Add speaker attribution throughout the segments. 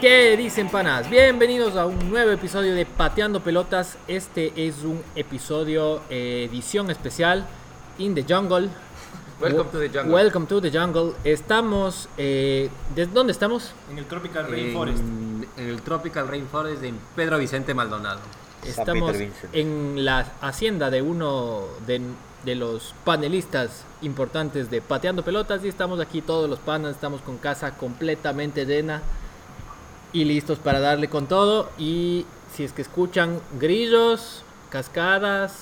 Speaker 1: ¿Qué dicen panas? Bienvenidos a un nuevo episodio de Pateando Pelotas. Este es un episodio eh, edición especial in the jungle.
Speaker 2: Welcome to the jungle.
Speaker 1: Welcome to the jungle. Estamos eh, ¿de dónde estamos?
Speaker 3: En el Tropical Rainforest.
Speaker 2: En, en el Tropical Rainforest de Pedro Vicente Maldonado.
Speaker 4: San Peter
Speaker 1: Estamos
Speaker 4: Vincent.
Speaker 1: en la hacienda de uno de, de los panelistas importantes de Pateando Pelotas y estamos aquí todos los panas, estamos con casa completamente llena y listos para darle con todo y si es que escuchan grillos, cascadas,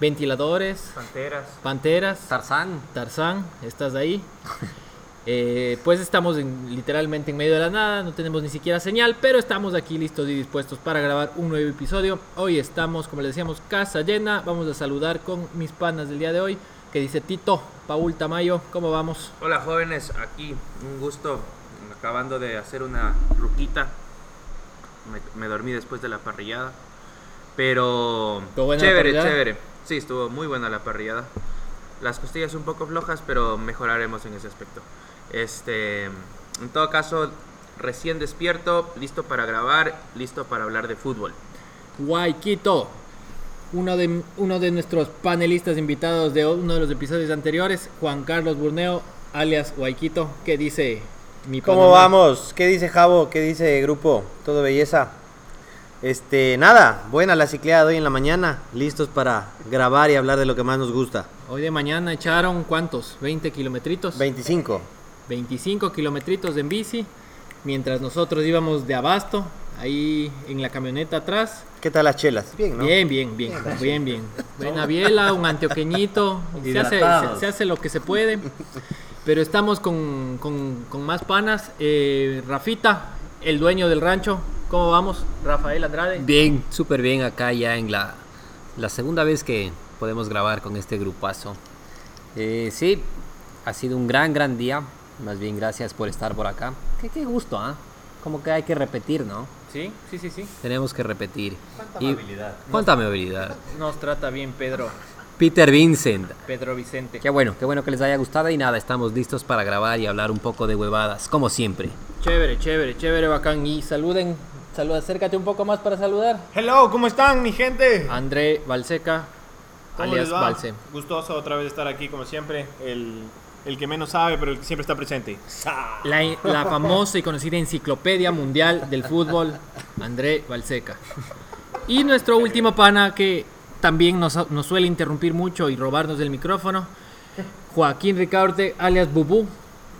Speaker 1: ventiladores,
Speaker 3: Panteras.
Speaker 1: panteras,
Speaker 2: Tarzán.
Speaker 1: Tarzán, estás ahí. Eh, pues estamos en- literalmente en medio de la nada, no tenemos ni siquiera señal, pero estamos aquí listos y dispuestos para grabar un nuevo episodio. Hoy estamos, como les decíamos, casa llena. Vamos a saludar con mis panas del día de hoy, que dice Tito, Paul Tamayo, ¿cómo vamos?
Speaker 5: Hola jóvenes, aquí un gusto acabando de hacer una ruquita. Me, me dormí después de la parrillada, pero
Speaker 1: ¿Estuvo buena la
Speaker 5: chévere,
Speaker 1: parrillada?
Speaker 5: chévere. Sí, estuvo muy buena la parrillada. Las costillas un poco flojas, pero mejoraremos en ese aspecto. Este, en todo caso, recién despierto, listo para grabar, listo para hablar de fútbol.
Speaker 1: Guayquito, uno de, uno de nuestros panelistas invitados de uno de los episodios anteriores, Juan Carlos Burneo, alias Guayquito, que dice mi
Speaker 4: ¿Cómo
Speaker 1: Panamá?
Speaker 4: vamos? ¿Qué dice Javo? ¿Qué dice grupo? ¿Todo belleza? Este, nada, buena la cicleada de hoy en la mañana, listos para grabar y hablar de lo que más nos gusta.
Speaker 1: Hoy de mañana echaron cuántos? 20 kilometritos.
Speaker 4: 25.
Speaker 1: 25 kilometritos en bici. Mientras nosotros íbamos de abasto, ahí en la camioneta atrás.
Speaker 4: ¿Qué tal las chelas? Bien, ¿no?
Speaker 1: Bien, bien, bien, bien, bien. Buena biela, un antioqueñito. Se hace, se-
Speaker 2: Hidratados.
Speaker 1: se hace lo que se puede. Pero estamos con, con- con más panas. Eh, Rafita, el dueño del rancho. ¿Cómo vamos? Rafael Andrade.
Speaker 2: Bien, súper bien acá ya en la, la segunda vez que podemos grabar con este grupazo. Eh, sí, ha sido un gran, gran día. Más bien gracias por estar por acá. Qué, qué gusto, ¿ah? Como que hay que repetir, ¿no?
Speaker 1: Sí, sí, sí, sí.
Speaker 2: Tenemos que repetir. ¿Cuánta amabilidad? ¿Cuánta amabilidad?
Speaker 1: Nos trata bien Pedro,
Speaker 2: Peter Vincent.
Speaker 1: Pedro Vicente.
Speaker 2: Qué bueno, qué bueno que les haya gustado y nada, estamos listos para grabar y hablar un poco de huevadas, como siempre.
Speaker 1: Chévere, chévere, chévere, bacán. Y saluden, saluda, acércate un poco más para saludar.
Speaker 3: Hello, ¿cómo están, mi gente?
Speaker 5: Ah,
Speaker 1: André Balseca,
Speaker 3: ¿Cómo
Speaker 1: alias
Speaker 3: les va?
Speaker 1: Balse.
Speaker 3: Gustoso otra vez estar aquí, como siempre. El, el que menos sabe, pero el que siempre está presente.
Speaker 1: La, la famosa y conocida enciclopedia mundial del fútbol, André Balseca. Y nuestro último pana que también nos, nos suele interrumpir mucho y robarnos el micrófono, Joaquín Ricaurte, alias Bubú.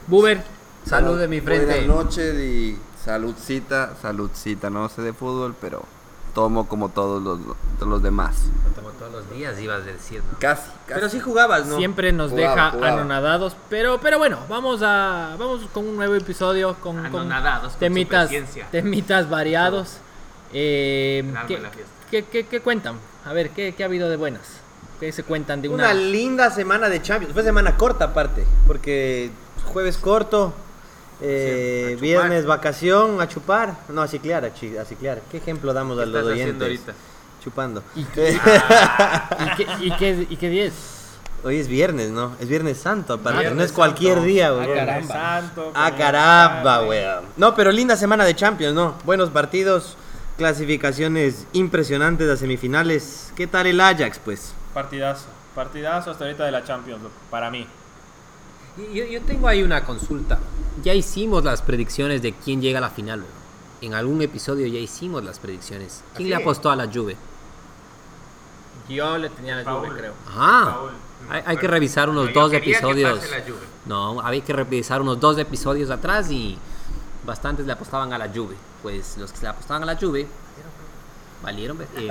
Speaker 1: Buber,
Speaker 2: Salud de mi frente.
Speaker 6: Buenas noches y saludcita, saludcita. No sé de fútbol, pero tomo como todos los, los demás.
Speaker 2: Como todos los días ibas a decir, ¿no?
Speaker 6: Casi, casi.
Speaker 5: Pero sí jugabas, ¿no?
Speaker 1: siempre nos
Speaker 6: jugaba,
Speaker 1: deja
Speaker 6: jugaba.
Speaker 1: anonadados, pero, pero bueno, vamos a vamos con un nuevo episodio con, con
Speaker 5: Anonadados con su
Speaker 1: temitas,
Speaker 5: presencia.
Speaker 1: temitas variados. Eh,
Speaker 5: El alma
Speaker 1: ¿qué,
Speaker 5: de la fiesta.
Speaker 1: qué- qué- qué cuentan? A ver, ¿qué, qué ha habido de buenas? ¿Qué se cuentan de una...
Speaker 4: Una linda semana de Champions. Fue semana corta aparte, porque jueves corto, eh,
Speaker 5: Sí, a chupar.
Speaker 4: viernes vacación, a chupar. No, a ciclear, a, chi- a ciclear. ¿Qué ejemplo damos
Speaker 5: ¿Qué
Speaker 4: a los
Speaker 5: estás haciendo
Speaker 4: oyentes?
Speaker 5: ahorita?
Speaker 4: Chupando.
Speaker 1: ¿Y qué, y qué, y qué diez?
Speaker 4: Hoy es viernes, ¿no? Es viernes santo aparte. no
Speaker 3: Viernes
Speaker 4: es cualquier
Speaker 3: santo.
Speaker 4: día, güey.
Speaker 3: Caramba. Santo,
Speaker 4: Ah, caramba, weón. No, pero linda semana de Champions, ¿no? Buenos partidos, clasificaciones impresionantes a semifinales. ¿Qué tal el Ajax, pues?
Speaker 3: Partidazo. Partidazo hasta ahorita de la Champions, lo- para mí.
Speaker 2: Yo, yo tengo ahí una consulta. Ya hicimos las predicciones de quién llega a la final. güey. En algún episodio ya hicimos las predicciones. ¿Quién le apostó a la Juve?
Speaker 1: Yo le tenía la lluvia,
Speaker 5: Paul.
Speaker 1: creo.
Speaker 2: Ajá.
Speaker 5: Paul.
Speaker 2: Hay, hay que revisar unos
Speaker 5: Yo
Speaker 2: dos
Speaker 5: quería que
Speaker 2: episodios.
Speaker 5: pase la Juve.
Speaker 2: No, había que revisar unos dos episodios atrás y bastantes le apostaban a la Juve. Pues los que le apostaban a la Juve valieron. eh, eh,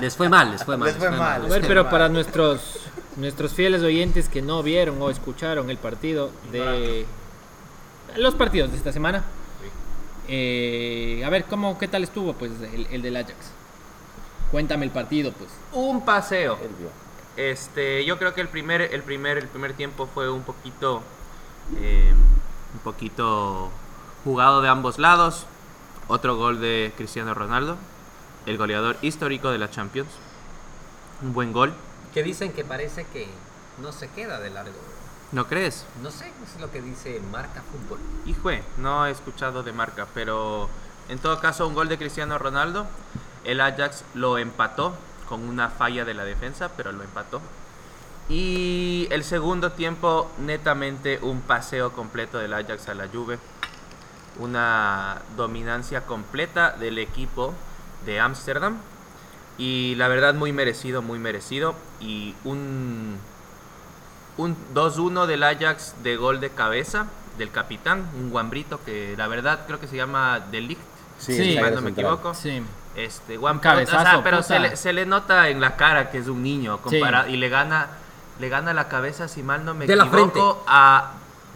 Speaker 2: les fue mal, les fue mal.
Speaker 4: Les fue mal.
Speaker 1: A ver, pero para nuestros nuestros fieles oyentes que no vieron o escucharon el partido de los partidos de esta semana. eh, a ver, ¿cómo, ¿qué tal estuvo pues el, el del Ajax? Cuéntame el partido, pues.
Speaker 5: un paseo. Este, yo creo que el primer, el primer, el primer tiempo fue un poquito, eh, un poquito jugado de ambos lados. Otro gol de Cristiano Ronaldo, el goleador histórico de la Champions. Un buen gol.
Speaker 2: Que dicen que parece que no se queda de largo.
Speaker 5: ¿No crees?
Speaker 2: No sé, eso es lo que dice Marca Fútbol.
Speaker 5: Hijo, no he escuchado de marca, pero en todo caso un gol de Cristiano Ronaldo. El Ajax lo empató con una falla de la defensa, pero lo empató. Y el segundo tiempo, netamente un paseo completo del Ajax a la Juve. Una dominancia completa del equipo de Ámsterdam. Y la verdad, muy merecido, muy merecido. Y un, un 2-1 del Ajax de gol de cabeza del capitán, un guambrito que la verdad creo que se llama Delict,
Speaker 1: Sí,
Speaker 5: si
Speaker 1: el
Speaker 5: mal
Speaker 1: zaguero
Speaker 5: no me
Speaker 6: central.
Speaker 5: equivoco.
Speaker 1: Sí.
Speaker 5: Este, Juan
Speaker 1: Un
Speaker 5: Pablo- o sea,
Speaker 1: cabezazo,
Speaker 5: pero
Speaker 1: puta.
Speaker 5: se le, se le nota en la cara que es un niño compara-
Speaker 1: Sí.
Speaker 5: y le gana le gana la cabeza si mal no me
Speaker 2: De la frente.
Speaker 5: equivoco a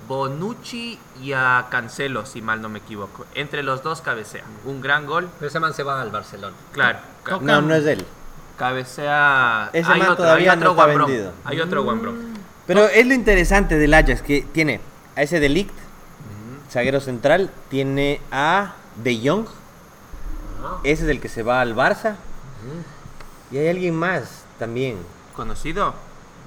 Speaker 5: Bonucci y a Cancelo si mal no me equivoco. Entre los dos cabecea, un gran gol,
Speaker 2: Pero ese man se va al Barcelona.
Speaker 5: claro. ca-
Speaker 1: Toca.
Speaker 4: No, no es de él.
Speaker 5: Cabecea
Speaker 4: Ese man
Speaker 5: hay
Speaker 4: todavía no está
Speaker 5: guambrón,
Speaker 4: vendido.
Speaker 5: Hay otro guambrón.
Speaker 1: Mm.
Speaker 4: Pero es lo interesante del Ajax, que tiene a ese Delict, zaguero central, tiene a De Jong, ese es el que se va al Barça, y hay alguien más también.
Speaker 5: Conocido.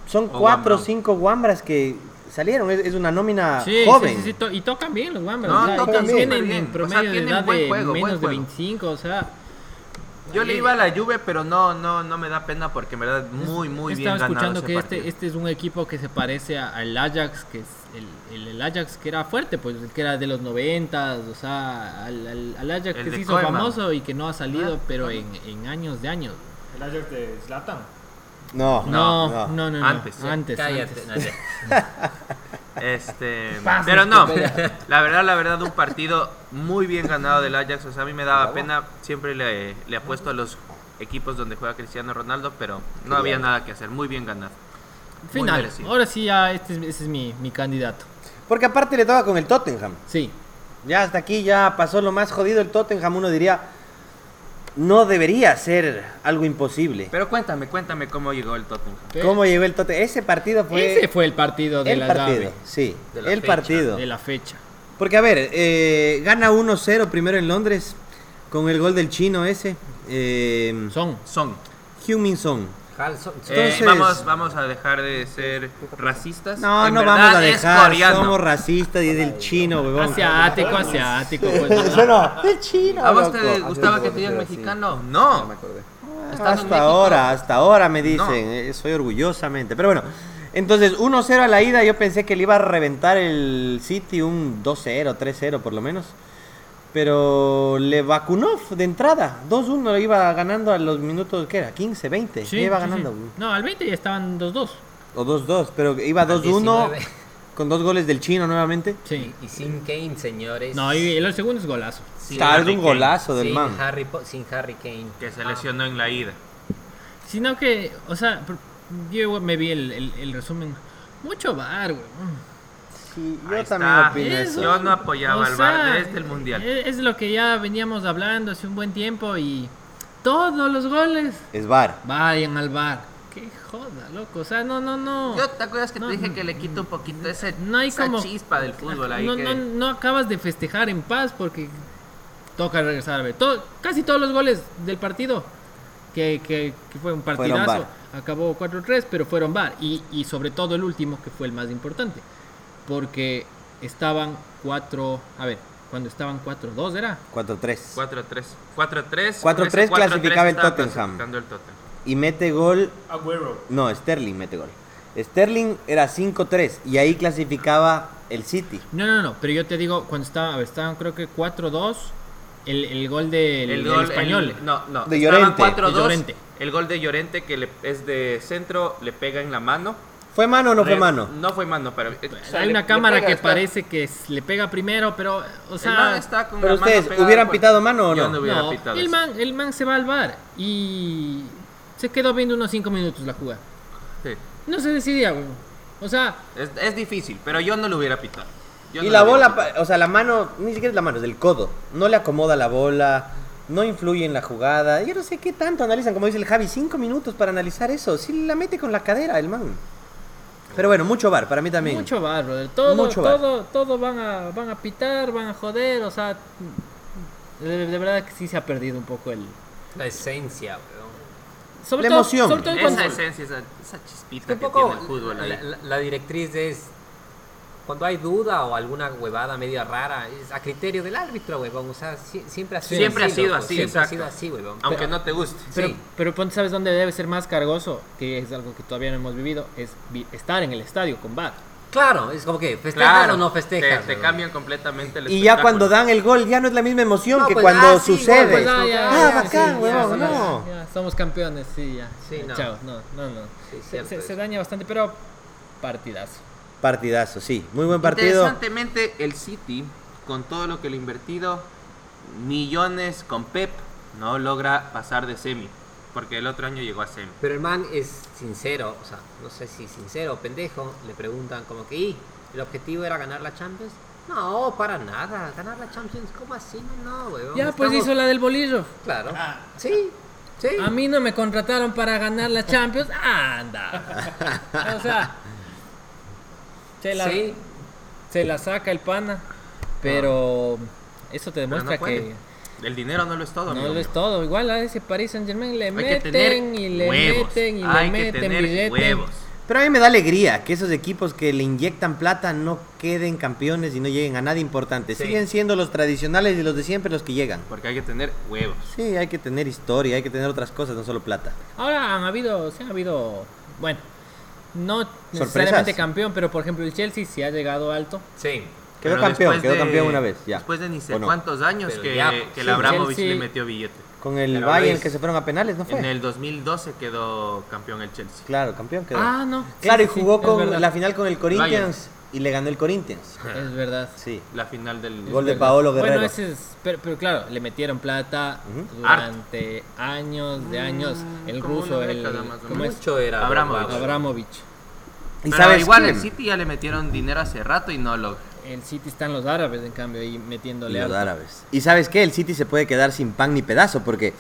Speaker 4: Son
Speaker 5: O
Speaker 4: cuatro
Speaker 5: Wambra.
Speaker 4: o cinco Guambras que salieron, es, es una nómina
Speaker 1: Sí,
Speaker 4: joven.
Speaker 1: sí, sí, to- y tocan bien los Wambras.
Speaker 5: Ah, No,
Speaker 1: o sea,
Speaker 5: tocan
Speaker 1: tienen
Speaker 5: súper bien.
Speaker 1: en
Speaker 5: O sea,
Speaker 1: promedio de
Speaker 5: tienen
Speaker 1: edad
Speaker 5: buen
Speaker 1: de
Speaker 5: juego, buen
Speaker 1: menos de
Speaker 5: juego.
Speaker 1: 25, o sea,
Speaker 5: Yo le iba a la Juve, pero no, no, no me da pena porque en verdad muy, muy bien
Speaker 1: estaba
Speaker 5: ganado
Speaker 1: escuchando
Speaker 5: ese
Speaker 1: que
Speaker 5: partido.
Speaker 1: este, este es un equipo que se parece a- al Ajax, que es el, el, el Ajax que era fuerte, pues el que era de los 90, o sea, al, al- al Ajax
Speaker 5: El
Speaker 1: que
Speaker 5: de
Speaker 1: se hizo
Speaker 5: Koeman.
Speaker 1: famoso y que no ha salido,
Speaker 5: Ah,
Speaker 1: pero en, en años de años.
Speaker 3: El Ajax de Zlatan.
Speaker 4: No,
Speaker 1: No, no,
Speaker 4: no.
Speaker 1: no, no,
Speaker 5: Antes, sí.
Speaker 1: antes,
Speaker 2: Cállate.
Speaker 1: antes.
Speaker 2: Nadia.
Speaker 5: Este,
Speaker 1: Pasas,
Speaker 5: pero no,
Speaker 2: Pepe.
Speaker 5: la verdad, la verdad, un partido muy bien ganado del Ajax. O sea, a mí me daba pena. Siempre le, le apuesto a los equipos donde juega Cristiano Ronaldo, pero no había nada que hacer. Muy bien ganado. Muy
Speaker 1: Final,
Speaker 5: merecido.
Speaker 1: ahora sí ya, este es, ese es mi, mi candidato.
Speaker 4: Porque aparte le toca con el Tottenham.
Speaker 1: Sí,
Speaker 4: Ya hasta aquí ya pasó lo más jodido el Tottenham, uno diría, no debería ser algo imposible.
Speaker 5: Pero cuéntame, cuéntame cómo llegó el Tottenham.
Speaker 4: ¿Cómo llegó el Tottenham? Ese partido fue...
Speaker 1: ese fue el partido de
Speaker 4: el
Speaker 1: la
Speaker 4: partido,
Speaker 1: llave,
Speaker 4: sí,
Speaker 2: De la
Speaker 4: el
Speaker 2: fecha,
Speaker 4: partido.
Speaker 1: de la fecha.
Speaker 4: Porque a ver, eh, gana 1-0 primero en Londres con el gol del chino ese, eh,
Speaker 1: Son.
Speaker 5: Son.
Speaker 4: Heung-min Son.
Speaker 2: Hal Son-
Speaker 5: Eh,
Speaker 4: Entonces-
Speaker 5: vamos, vamos a dejar de ser racistas.
Speaker 4: No,
Speaker 5: En
Speaker 4: no
Speaker 5: verdad
Speaker 4: vamos a
Speaker 5: es
Speaker 4: dejar,
Speaker 5: coreano.
Speaker 4: somos racistas y es del chino, huevón.
Speaker 1: Asiático, asiático. Pues,
Speaker 4: Eso no, del chino.
Speaker 5: ¿A vos
Speaker 4: loco.
Speaker 5: te gustaba que
Speaker 6: Antes de
Speaker 5: te digan
Speaker 6: ser así.
Speaker 5: mexicano?
Speaker 6: Ya me
Speaker 5: No.
Speaker 6: acordé.
Speaker 2: Estando en
Speaker 4: Hasta
Speaker 2: México,
Speaker 4: ahora, hasta ahora me dicen,
Speaker 5: No.
Speaker 4: eh, soy orgullosamente. Pero bueno, entonces 1-0 a la ida, yo pensé que le iba a reventar el City un 2-0, 3-0 por lo menos. Pero le vacunó de entrada, 2-1 iba ganando a los minutos, ¿qué era? 15, 20,
Speaker 1: sí,
Speaker 4: ya iba
Speaker 1: sí, sí.
Speaker 4: ganando.
Speaker 1: No, al 20 ya estaban 2-2.
Speaker 4: O 2-2, pero iba 2-1
Speaker 2: 19.
Speaker 4: con dos goles del chino nuevamente.
Speaker 1: Sí.
Speaker 2: Eh, Y sin Kane, señores.
Speaker 1: No, y el segundo es golazo.
Speaker 5: Sí,
Speaker 4: Está
Speaker 5: Harry
Speaker 4: un
Speaker 5: Kane,
Speaker 4: golazo del
Speaker 2: sin
Speaker 4: man.
Speaker 2: Harry, Po- sin Harry Kane.
Speaker 5: Que se lesionó en la ida.
Speaker 1: Sino que, o sea, pr- yo me vi el, el- el resumen. Mucho bar, güey.
Speaker 4: Sí, yo
Speaker 5: Ahí
Speaker 4: también
Speaker 5: está.
Speaker 4: opino
Speaker 1: Eso.
Speaker 4: eso.
Speaker 5: Yo no apoyaba
Speaker 1: O
Speaker 5: al
Speaker 1: sea, e,
Speaker 5: VAR desde el Mundial.
Speaker 1: Es, es lo que ya veníamos hablando hace un buen tiempo y todos los goles
Speaker 4: Es bar.
Speaker 1: vayan al bar. Qué joda, loco. O sea, no, no, no.
Speaker 5: Yo, ¿Te acuerdas que
Speaker 1: No,
Speaker 5: te dije que le quito un poquito ese,
Speaker 1: no hay
Speaker 5: esa
Speaker 1: como-
Speaker 5: chispa del fútbol ahí?
Speaker 1: no,
Speaker 5: que-
Speaker 1: no, no acabas de festejar en paz porque toca regresar a ver. Todo- casi todos los goles del partido, que, que- que fue un
Speaker 4: Fueron
Speaker 1: partidazo,
Speaker 4: VAR.
Speaker 1: acabó 4-3, pero fueron bar. Y, y sobre todo el último, que fue el más importante, porque estaban 4, a ver, cuando estaban 4-2 era.
Speaker 4: 4-3.
Speaker 5: 4-3. 4-3.
Speaker 4: 4-3
Speaker 5: Ese 4-3
Speaker 4: clasificaba el
Speaker 5: estaba
Speaker 4: Tottenham.
Speaker 5: clasificando el Tottenham.
Speaker 4: Y mete gol
Speaker 3: Agüero.
Speaker 4: No, Sterling mete gol. Sterling era 5-3 y ahí clasificaba el City.
Speaker 1: No, no, no, pero yo te digo, cuando estaba, a ver, estaban creo que 4-2, el, el gol del,
Speaker 5: El
Speaker 1: del
Speaker 5: gol
Speaker 1: español.
Speaker 5: el- no, no.
Speaker 4: De
Speaker 5: estaban
Speaker 4: Llorente.
Speaker 5: 4-2.
Speaker 1: De Llorente.
Speaker 5: El gol de Llorente que le- es de centro, le pega en la mano.
Speaker 4: ¿Fue mano o no fue
Speaker 5: Re-
Speaker 4: mano?
Speaker 5: No fue mano, pero. eh, o sea,
Speaker 1: Hay
Speaker 5: le-
Speaker 1: una
Speaker 5: le
Speaker 1: cámara
Speaker 5: pega,
Speaker 1: que
Speaker 5: está-
Speaker 1: parece que s- le pega primero, pero, o
Speaker 5: el man
Speaker 1: sea,
Speaker 5: está con
Speaker 4: Pero
Speaker 5: la mano
Speaker 4: ustedes,
Speaker 5: pegada
Speaker 4: ¿hubieran
Speaker 5: al
Speaker 4: pitado
Speaker 5: cuerpo.
Speaker 4: mano o
Speaker 5: Yo
Speaker 4: no?
Speaker 5: no hubiera
Speaker 1: No,
Speaker 5: pitado.
Speaker 1: el
Speaker 5: eso.
Speaker 1: man, el man se va al bar y se quedó viendo unos 5 minutos la jugada.
Speaker 5: Sí.
Speaker 1: No se decidía, güey. O sea,
Speaker 5: Es, es difícil, pero yo no lo hubiera pitado. Yo
Speaker 4: Y
Speaker 5: no
Speaker 4: la
Speaker 5: lo hubiera
Speaker 4: bola, pa- o sea, la mano, ni siquiera es la mano, es del codo. No le acomoda la bola, no influye en la jugada. Yo no sé qué tanto analizan, como dice el Javi, 5 minutos para analizar eso. Si la mete con la cadera el man. Pero bueno, mucho bar, para mí también.
Speaker 1: mucho bar, brother. Todo,
Speaker 4: Mucho bar.
Speaker 1: todo, todo van a, van a pitar, van a joder, o sea, de, de verdad que sí se ha perdido un poco el
Speaker 2: Ah, La esencia, weón.
Speaker 1: sobre
Speaker 4: La
Speaker 1: todo,
Speaker 4: emoción.
Speaker 1: sobre todo
Speaker 5: pitado.
Speaker 1: cuando-
Speaker 5: Esa esencia, esa, esa chispita
Speaker 2: Es que
Speaker 5: que
Speaker 2: un poco
Speaker 5: tiene el fútbol ahí.
Speaker 2: la, la- la directriz es cuando hay duda o alguna huevada media rara, es a criterio del árbitro, huevón. O sea, si- siempre ha sido
Speaker 5: Siempre
Speaker 2: así.
Speaker 5: ha sido
Speaker 2: loco,
Speaker 5: así,
Speaker 2: Siempre ha
Speaker 5: exacto.
Speaker 2: sido así, huevón.
Speaker 5: Aunque
Speaker 2: Pero-
Speaker 5: no te guste.
Speaker 1: Pero,
Speaker 2: Sí.
Speaker 1: pero ponte, ¿sabes dónde debe ser más cargoso? Que es algo que todavía no hemos vivido, es vi- estar en el estadio con VAR.
Speaker 2: Claro, es como que festejas
Speaker 5: Claro,
Speaker 2: o no festejas.
Speaker 5: Te, te
Speaker 2: huevón.
Speaker 5: cambian completamente el
Speaker 4: Y ya cuando
Speaker 5: espectáculo.
Speaker 4: dan el gol, ya no es la misma emoción
Speaker 2: No,
Speaker 4: que
Speaker 2: pues,
Speaker 4: cuando
Speaker 2: ah, sí,
Speaker 4: sucede.
Speaker 2: gol, pues, ah,
Speaker 4: Ah, bacán, huevón,
Speaker 1: ya,
Speaker 4: no.
Speaker 1: ya, somos campeones, sí, ya.
Speaker 2: Sí, no.
Speaker 1: Chao, no, no, no.
Speaker 2: Sí,
Speaker 1: se,
Speaker 2: cierto
Speaker 1: se-
Speaker 2: eso.
Speaker 1: se daña bastante, pero partidazo.
Speaker 4: Partidazo, sí. Muy buen partido.
Speaker 5: Interesantemente, el City, con todo lo que le ha invertido, millones con Pep, no logra pasar de semi. Porque el otro año llegó a semi.
Speaker 2: Pero el man es sincero, o sea, no sé si sincero o pendejo, le preguntan como que, "¿Y el objetivo era ganar la Champions? No, para nada, ganar la Champions, ¿cómo así? No, no, weón.
Speaker 1: Ya, pues hizo la del bolillo.
Speaker 2: Claro.
Speaker 5: Ah.
Speaker 2: Sí, sí.
Speaker 1: A mí no me contrataron para ganar la Champions. Anda. O sea, se la,
Speaker 2: Sí.
Speaker 1: se la saca el pana, pero eso te
Speaker 5: Pero
Speaker 1: demuestra
Speaker 5: no
Speaker 1: que
Speaker 5: puede. El dinero no lo es todo,
Speaker 1: no
Speaker 5: amigo
Speaker 1: lo es
Speaker 5: mío.
Speaker 1: todo. Igual a ese Paris Saint Germain le
Speaker 5: Hay que tener
Speaker 1: meten y le
Speaker 5: huevos.
Speaker 1: meten y
Speaker 5: Hay
Speaker 1: le
Speaker 5: que
Speaker 1: meten
Speaker 5: tener
Speaker 1: billetes.
Speaker 5: huevos.
Speaker 4: Pero a mí me da alegría que esos equipos que le inyectan plata no queden campeones y no lleguen a nada importante.
Speaker 2: Sí.
Speaker 4: Siguen siendo los tradicionales y los de siempre los que llegan.
Speaker 5: Porque hay que tener huevos.
Speaker 4: Sí, hay que tener historia, hay que tener otras cosas, no solo plata.
Speaker 1: Ahora han habido, sí han habido, bueno, no necesariamente campeón, pero por ejemplo el Chelsea sí ha llegado alto.
Speaker 2: Sí.
Speaker 4: Quedó
Speaker 5: Pero
Speaker 4: campeón,
Speaker 5: después
Speaker 4: quedó
Speaker 5: de-
Speaker 4: campeón una vez, ya.
Speaker 5: Después de ni sé
Speaker 4: ¿O no?
Speaker 5: cuántos años
Speaker 2: Pero
Speaker 5: que,
Speaker 2: ya,
Speaker 5: que
Speaker 2: sí.
Speaker 5: el Abramovich
Speaker 1: Chelsea-
Speaker 5: le metió billete.
Speaker 4: Con el
Speaker 5: Pero
Speaker 4: Bayern
Speaker 5: Luis,
Speaker 4: que se fueron a penales, ¿no fue?
Speaker 5: En el 2012 quedó campeón el Chelsea.
Speaker 4: Claro, campeón quedó.
Speaker 1: Ah, no.
Speaker 4: claro,
Speaker 1: Sí,
Speaker 4: y
Speaker 1: sí, sí,
Speaker 4: jugó
Speaker 1: es verdad.
Speaker 4: con la final con el Corinthians y le ganó el Corinthians.
Speaker 1: Es verdad.
Speaker 4: Sí.
Speaker 5: La final del...
Speaker 4: Gol de Paolo Guerrero.
Speaker 1: Bueno, ese es, pero, pero claro, le metieron plata
Speaker 4: Ujú.
Speaker 1: durante años de años. El
Speaker 5: Mm, como
Speaker 1: ruso,
Speaker 5: una
Speaker 1: el
Speaker 5: década más o
Speaker 1: ¿cómo es?
Speaker 2: Mucho era.
Speaker 5: Abramovich.
Speaker 2: huevón.
Speaker 1: Abramovich.
Speaker 4: ¿Y
Speaker 5: Pero
Speaker 4: sabes
Speaker 5: igual
Speaker 4: quién?
Speaker 5: el City ya le metieron dinero hace rato y no lo...
Speaker 1: El City están los árabes, en cambio, ahí metiéndole
Speaker 4: Y los
Speaker 1: harto.
Speaker 4: árabes. Y sabes qué, el City se puede quedar sin pan ni pedazo porque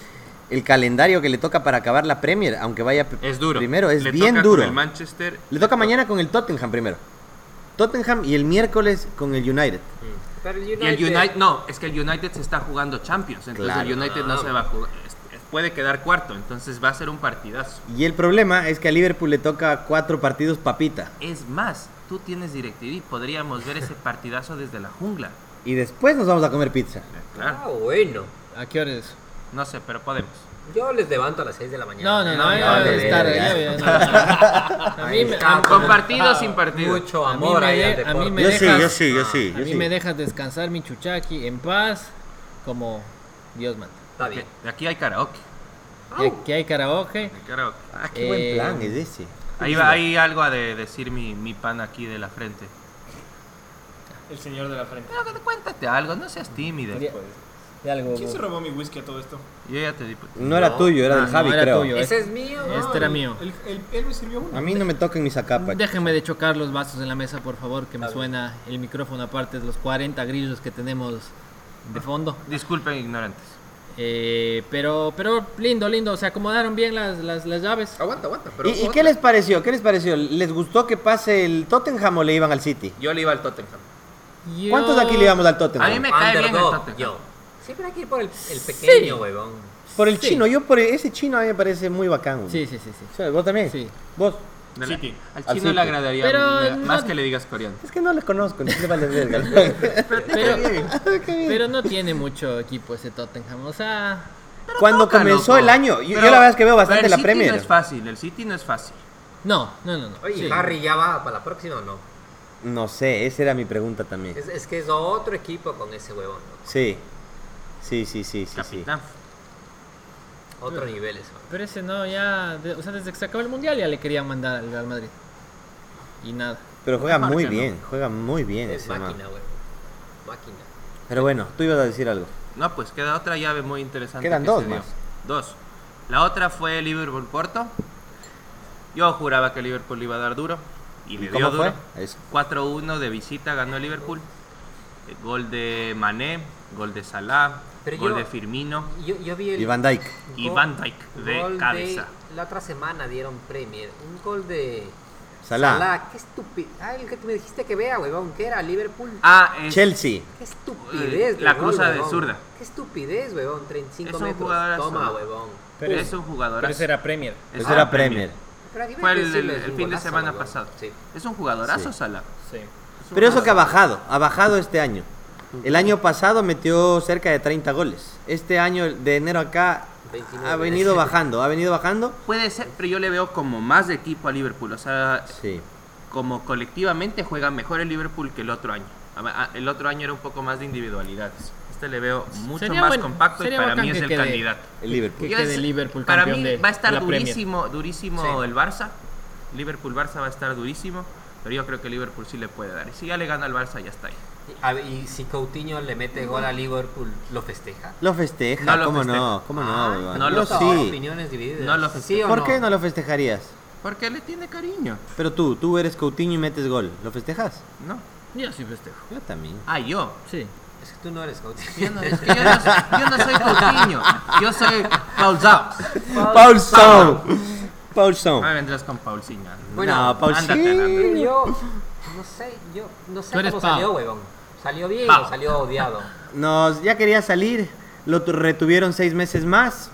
Speaker 4: el calendario que le toca para acabar la Premier, aunque vaya p-
Speaker 5: Es duro.
Speaker 4: primero, es
Speaker 5: Le
Speaker 4: bien
Speaker 5: toca
Speaker 4: duro.
Speaker 5: Con el Manchester.
Speaker 4: Le toca mañana con el Tottenham primero. Tottenham y el miércoles con el United.
Speaker 2: Pero el
Speaker 5: Y el United... No, es que el United se está jugando Champions. Entonces
Speaker 4: Claro.
Speaker 5: el United no se va a jugar... es- Puede quedar cuarto. Entonces va a ser un partidazo.
Speaker 4: Y el problema es que a Liverpool le toca cuatro partidos papita.
Speaker 5: Es más, tú tienes DirecTV. Podríamos ver ese partidazo desde la jungla.
Speaker 4: Y después nos vamos a comer pizza.
Speaker 5: Claro.
Speaker 2: Ah, bueno.
Speaker 1: ¿A qué hora es?
Speaker 5: No sé, pero podemos.
Speaker 2: Yo les levanto a las 6 de la
Speaker 1: No,
Speaker 2: mañana. Ah,
Speaker 1: no, no,
Speaker 5: no,
Speaker 1: ya
Speaker 5: no,
Speaker 1: debe
Speaker 5: no,
Speaker 1: estar,
Speaker 4: no,
Speaker 1: ya,
Speaker 4: no.
Speaker 1: ya, no. A mí me, a,
Speaker 5: Con partido o sin partido.
Speaker 2: Mucho
Speaker 1: a mí
Speaker 2: amor
Speaker 1: me
Speaker 2: ahí al
Speaker 1: de- a mí
Speaker 2: deporte.
Speaker 1: me Yo sí, dejas- yo
Speaker 4: sí, yo sí.
Speaker 1: a mí me dejas descansar mi chuchaki en paz, como Dios manda.
Speaker 2: Está bien.
Speaker 5: De aquí hay karaoke.
Speaker 1: Y Aquí hay karaoke.
Speaker 5: hay karaoke.
Speaker 4: Ah, qué buen
Speaker 1: Eh,
Speaker 4: plan es ese.
Speaker 5: Ahí va, hay algo a de decir mi, mi pan aquí de la frente.
Speaker 3: El señor de la frente.
Speaker 5: Pero cuéntate algo, no seas tímido.
Speaker 1: De, de algo.
Speaker 3: ¿Quién se robó mi whisky a todo esto?
Speaker 5: Yo ya te di.
Speaker 4: No era tuyo, era
Speaker 1: Ah,
Speaker 4: de
Speaker 1: no,
Speaker 4: Javi,
Speaker 1: era
Speaker 4: creo.
Speaker 1: tuyo.
Speaker 2: Ese es mío. ¿no?
Speaker 1: Este era mío.
Speaker 3: Él, él- él me sirvió
Speaker 5: Ah,
Speaker 3: uno.
Speaker 4: A mí no me toquen mis acapas.
Speaker 1: Déjenme de chocar los vasos en la mesa, por favor, que me suena el micrófono aparte de los 40 grillos que tenemos de fondo.
Speaker 5: Disculpen, ignorantes.
Speaker 1: Eh, pero, pero lindo, lindo, se acomodaron bien las, las, las llaves.
Speaker 5: Aguanta, aguanta.
Speaker 4: ¿Y, y qué les pareció? ¿Qué les pareció? ¿Les gustó que pase el Tottenham o le iban al City?
Speaker 5: Yo le iba al Tottenham.
Speaker 1: Yo-
Speaker 4: ¿Cuántos de aquí le íbamos al Tottenham?
Speaker 5: A mí me cae bien el
Speaker 2: Underdog,
Speaker 5: Tottenham.
Speaker 2: yo. Siempre hay que ir por el, el pequeño, huevón.
Speaker 4: Por el
Speaker 1: Sí.
Speaker 4: chino, yo por ese chino a mí me parece muy bacán. güey.
Speaker 1: Sí, sí, sí, sí.
Speaker 4: O sea, ¿Vos también?
Speaker 1: Sí.
Speaker 4: ¿Vos?
Speaker 5: De la-
Speaker 3: City.
Speaker 5: Al
Speaker 4: Al
Speaker 5: chino
Speaker 4: City.
Speaker 5: le agradaría
Speaker 1: Pero
Speaker 5: m-
Speaker 1: no-
Speaker 5: más que le digas coreano.
Speaker 4: Es que no les conozco, no sé vale verga.
Speaker 1: Pero, pero no tiene mucho equipo ese Tottenham. O sea,
Speaker 4: Cuando
Speaker 5: Toca,
Speaker 4: comenzó
Speaker 5: loco.
Speaker 4: el año, yo, yo
Speaker 5: Pero-
Speaker 4: la verdad es que veo
Speaker 5: pero
Speaker 4: bastante
Speaker 5: el
Speaker 4: la
Speaker 5: City
Speaker 4: Premier.
Speaker 5: No es fácil, el City no es fácil.
Speaker 1: no, no, no. no.
Speaker 2: Oye,
Speaker 1: Sí.
Speaker 2: Harry ya va para la próxima o no.
Speaker 4: No sé, esa era mi pregunta también.
Speaker 2: Es, es que es otro equipo con ese huevón. ¿no?
Speaker 4: Sí. Sí, sí, sí, sí, sí.
Speaker 5: Capitán.
Speaker 2: Otro nivel eso.
Speaker 1: Pero ese no, ya. de- o sea, desde que se acabó el mundial ya le querían mandar al Real Madrid. Y nada.
Speaker 4: Pero juega
Speaker 5: Marca,
Speaker 4: muy
Speaker 5: ¿no?
Speaker 4: bien, juega muy bien
Speaker 2: Es
Speaker 4: ese man.
Speaker 2: máquina, huevón. Máquina.
Speaker 4: Pero bueno, tú ibas a decir algo.
Speaker 5: No, pues queda otra llave muy interesante.
Speaker 4: Quedan
Speaker 5: que
Speaker 4: dos
Speaker 5: se dio.
Speaker 4: más.
Speaker 5: Dos. La otra fue Liverpool-Porto. Yo juraba que Liverpool le iba a dar duro. Y le dio
Speaker 4: ¿Cómo fue?
Speaker 5: duro.
Speaker 4: Eso.
Speaker 5: 4-1 de visita ganó el Liverpool. Eh, Gol de Mané, gol de Salah,
Speaker 2: Pero
Speaker 5: gol
Speaker 2: yo-
Speaker 5: de Firmino
Speaker 2: Yo, yo vi el.
Speaker 4: Y Van Dijk.
Speaker 5: y
Speaker 2: gol-
Speaker 5: Van Dijk de
Speaker 2: gol
Speaker 5: cabeza.
Speaker 2: la otra semana dieron Premier. Un gol de.
Speaker 4: Salah.
Speaker 2: Qué estúpido. Ah, el que tú me dijiste que vea, huevón. ¿Qué era? Liverpool.
Speaker 5: Ah, es,
Speaker 4: Chelsea.
Speaker 2: Qué estupidez,
Speaker 5: La
Speaker 2: huevón,
Speaker 5: cruza de
Speaker 2: huevón.
Speaker 5: zurda.
Speaker 2: Qué estupidez, huevón. 35
Speaker 5: Es un
Speaker 2: metros.
Speaker 5: jugadorazo.
Speaker 2: Toma, huevón.
Speaker 1: Pero
Speaker 5: es un jugador.
Speaker 1: Pero ese era Premier.
Speaker 4: Eso era Premier.
Speaker 2: Pero aquí me
Speaker 5: Fue el,
Speaker 2: decirles
Speaker 5: el
Speaker 2: un
Speaker 5: fin de
Speaker 2: golazo,
Speaker 5: semana
Speaker 2: huevón.
Speaker 5: pasado.
Speaker 2: Sí.
Speaker 5: Es un jugadorazo, Salah.
Speaker 1: Sí.
Speaker 5: Es
Speaker 4: Pero eso que ha bajado, ha bajado este año. El año pasado metió cerca de 30 goles. Este año, de enero acá, ha
Speaker 2: 29.
Speaker 4: venido bajando, ha venido bajando.
Speaker 5: Puede ser, pero yo le veo como más de equipo a Liverpool. O sea,
Speaker 4: Sí.
Speaker 5: como colectivamente juega mejor el Liverpool que el otro año. A- a- El otro año era un poco más de individualidades. Este le veo mucho
Speaker 1: Sería
Speaker 5: más
Speaker 1: bueno-
Speaker 5: compacto y
Speaker 1: sería
Speaker 5: para
Speaker 1: bacán
Speaker 5: mí es
Speaker 1: que
Speaker 5: el
Speaker 1: quede-
Speaker 5: candidato.
Speaker 4: El Liverpool.
Speaker 1: Que
Speaker 5: Yo
Speaker 1: quede
Speaker 5: es-
Speaker 1: Liverpool
Speaker 5: para
Speaker 1: campeón
Speaker 5: mí
Speaker 1: de
Speaker 5: va a estar
Speaker 1: la Premier.
Speaker 5: durísimo, durísimo
Speaker 1: Sí.
Speaker 5: el Barça. Liverpool-Barça va a estar durísimo, pero yo creo que Liverpool sí le puede dar. Y si ya le gana al Barça, ya está ahí.
Speaker 2: A- Y si Coutinho le mete gol a Liverpool, ¿lo festeja?
Speaker 4: Lo festeja,
Speaker 5: No lo
Speaker 4: ¿cómo
Speaker 5: festeja. Ah,
Speaker 4: no? ¿Cómo no, huevón?
Speaker 5: no lo
Speaker 4: Yo
Speaker 5: festeja.
Speaker 4: sí.
Speaker 2: Opiniones divididas.
Speaker 5: No lo
Speaker 2: ¿Sí o
Speaker 4: ¿Por qué no lo festejarías?
Speaker 5: Porque le tiene cariño,
Speaker 4: Pero tú, tú eres Coutinho y metes gol. ¿Lo festejas?
Speaker 5: ¿no?
Speaker 1: Yo sí festejo.
Speaker 4: Yo también.
Speaker 5: Ah, yo.
Speaker 1: Sí.
Speaker 2: Es que tú no eres Coutinho.
Speaker 5: Yo no, es que yo no soy- yo no soy Coutinho, yo soy Paul Zap.
Speaker 4: Paul Son. Paul Son.
Speaker 5: Me vendrás con Paulsinha.
Speaker 2: Bueno,
Speaker 4: no, Paul
Speaker 5: Ah, ándate,
Speaker 4: sí.
Speaker 5: ándate.
Speaker 2: Yo, no sé, yo, no sé
Speaker 1: Tú eres
Speaker 2: cómo
Speaker 1: Pau.
Speaker 2: salió, huevón. ¿Salió bien
Speaker 5: Pau.
Speaker 2: o salió odiado?
Speaker 4: Nos, ya quería salir. Lo tu- retuvieron seis meses más.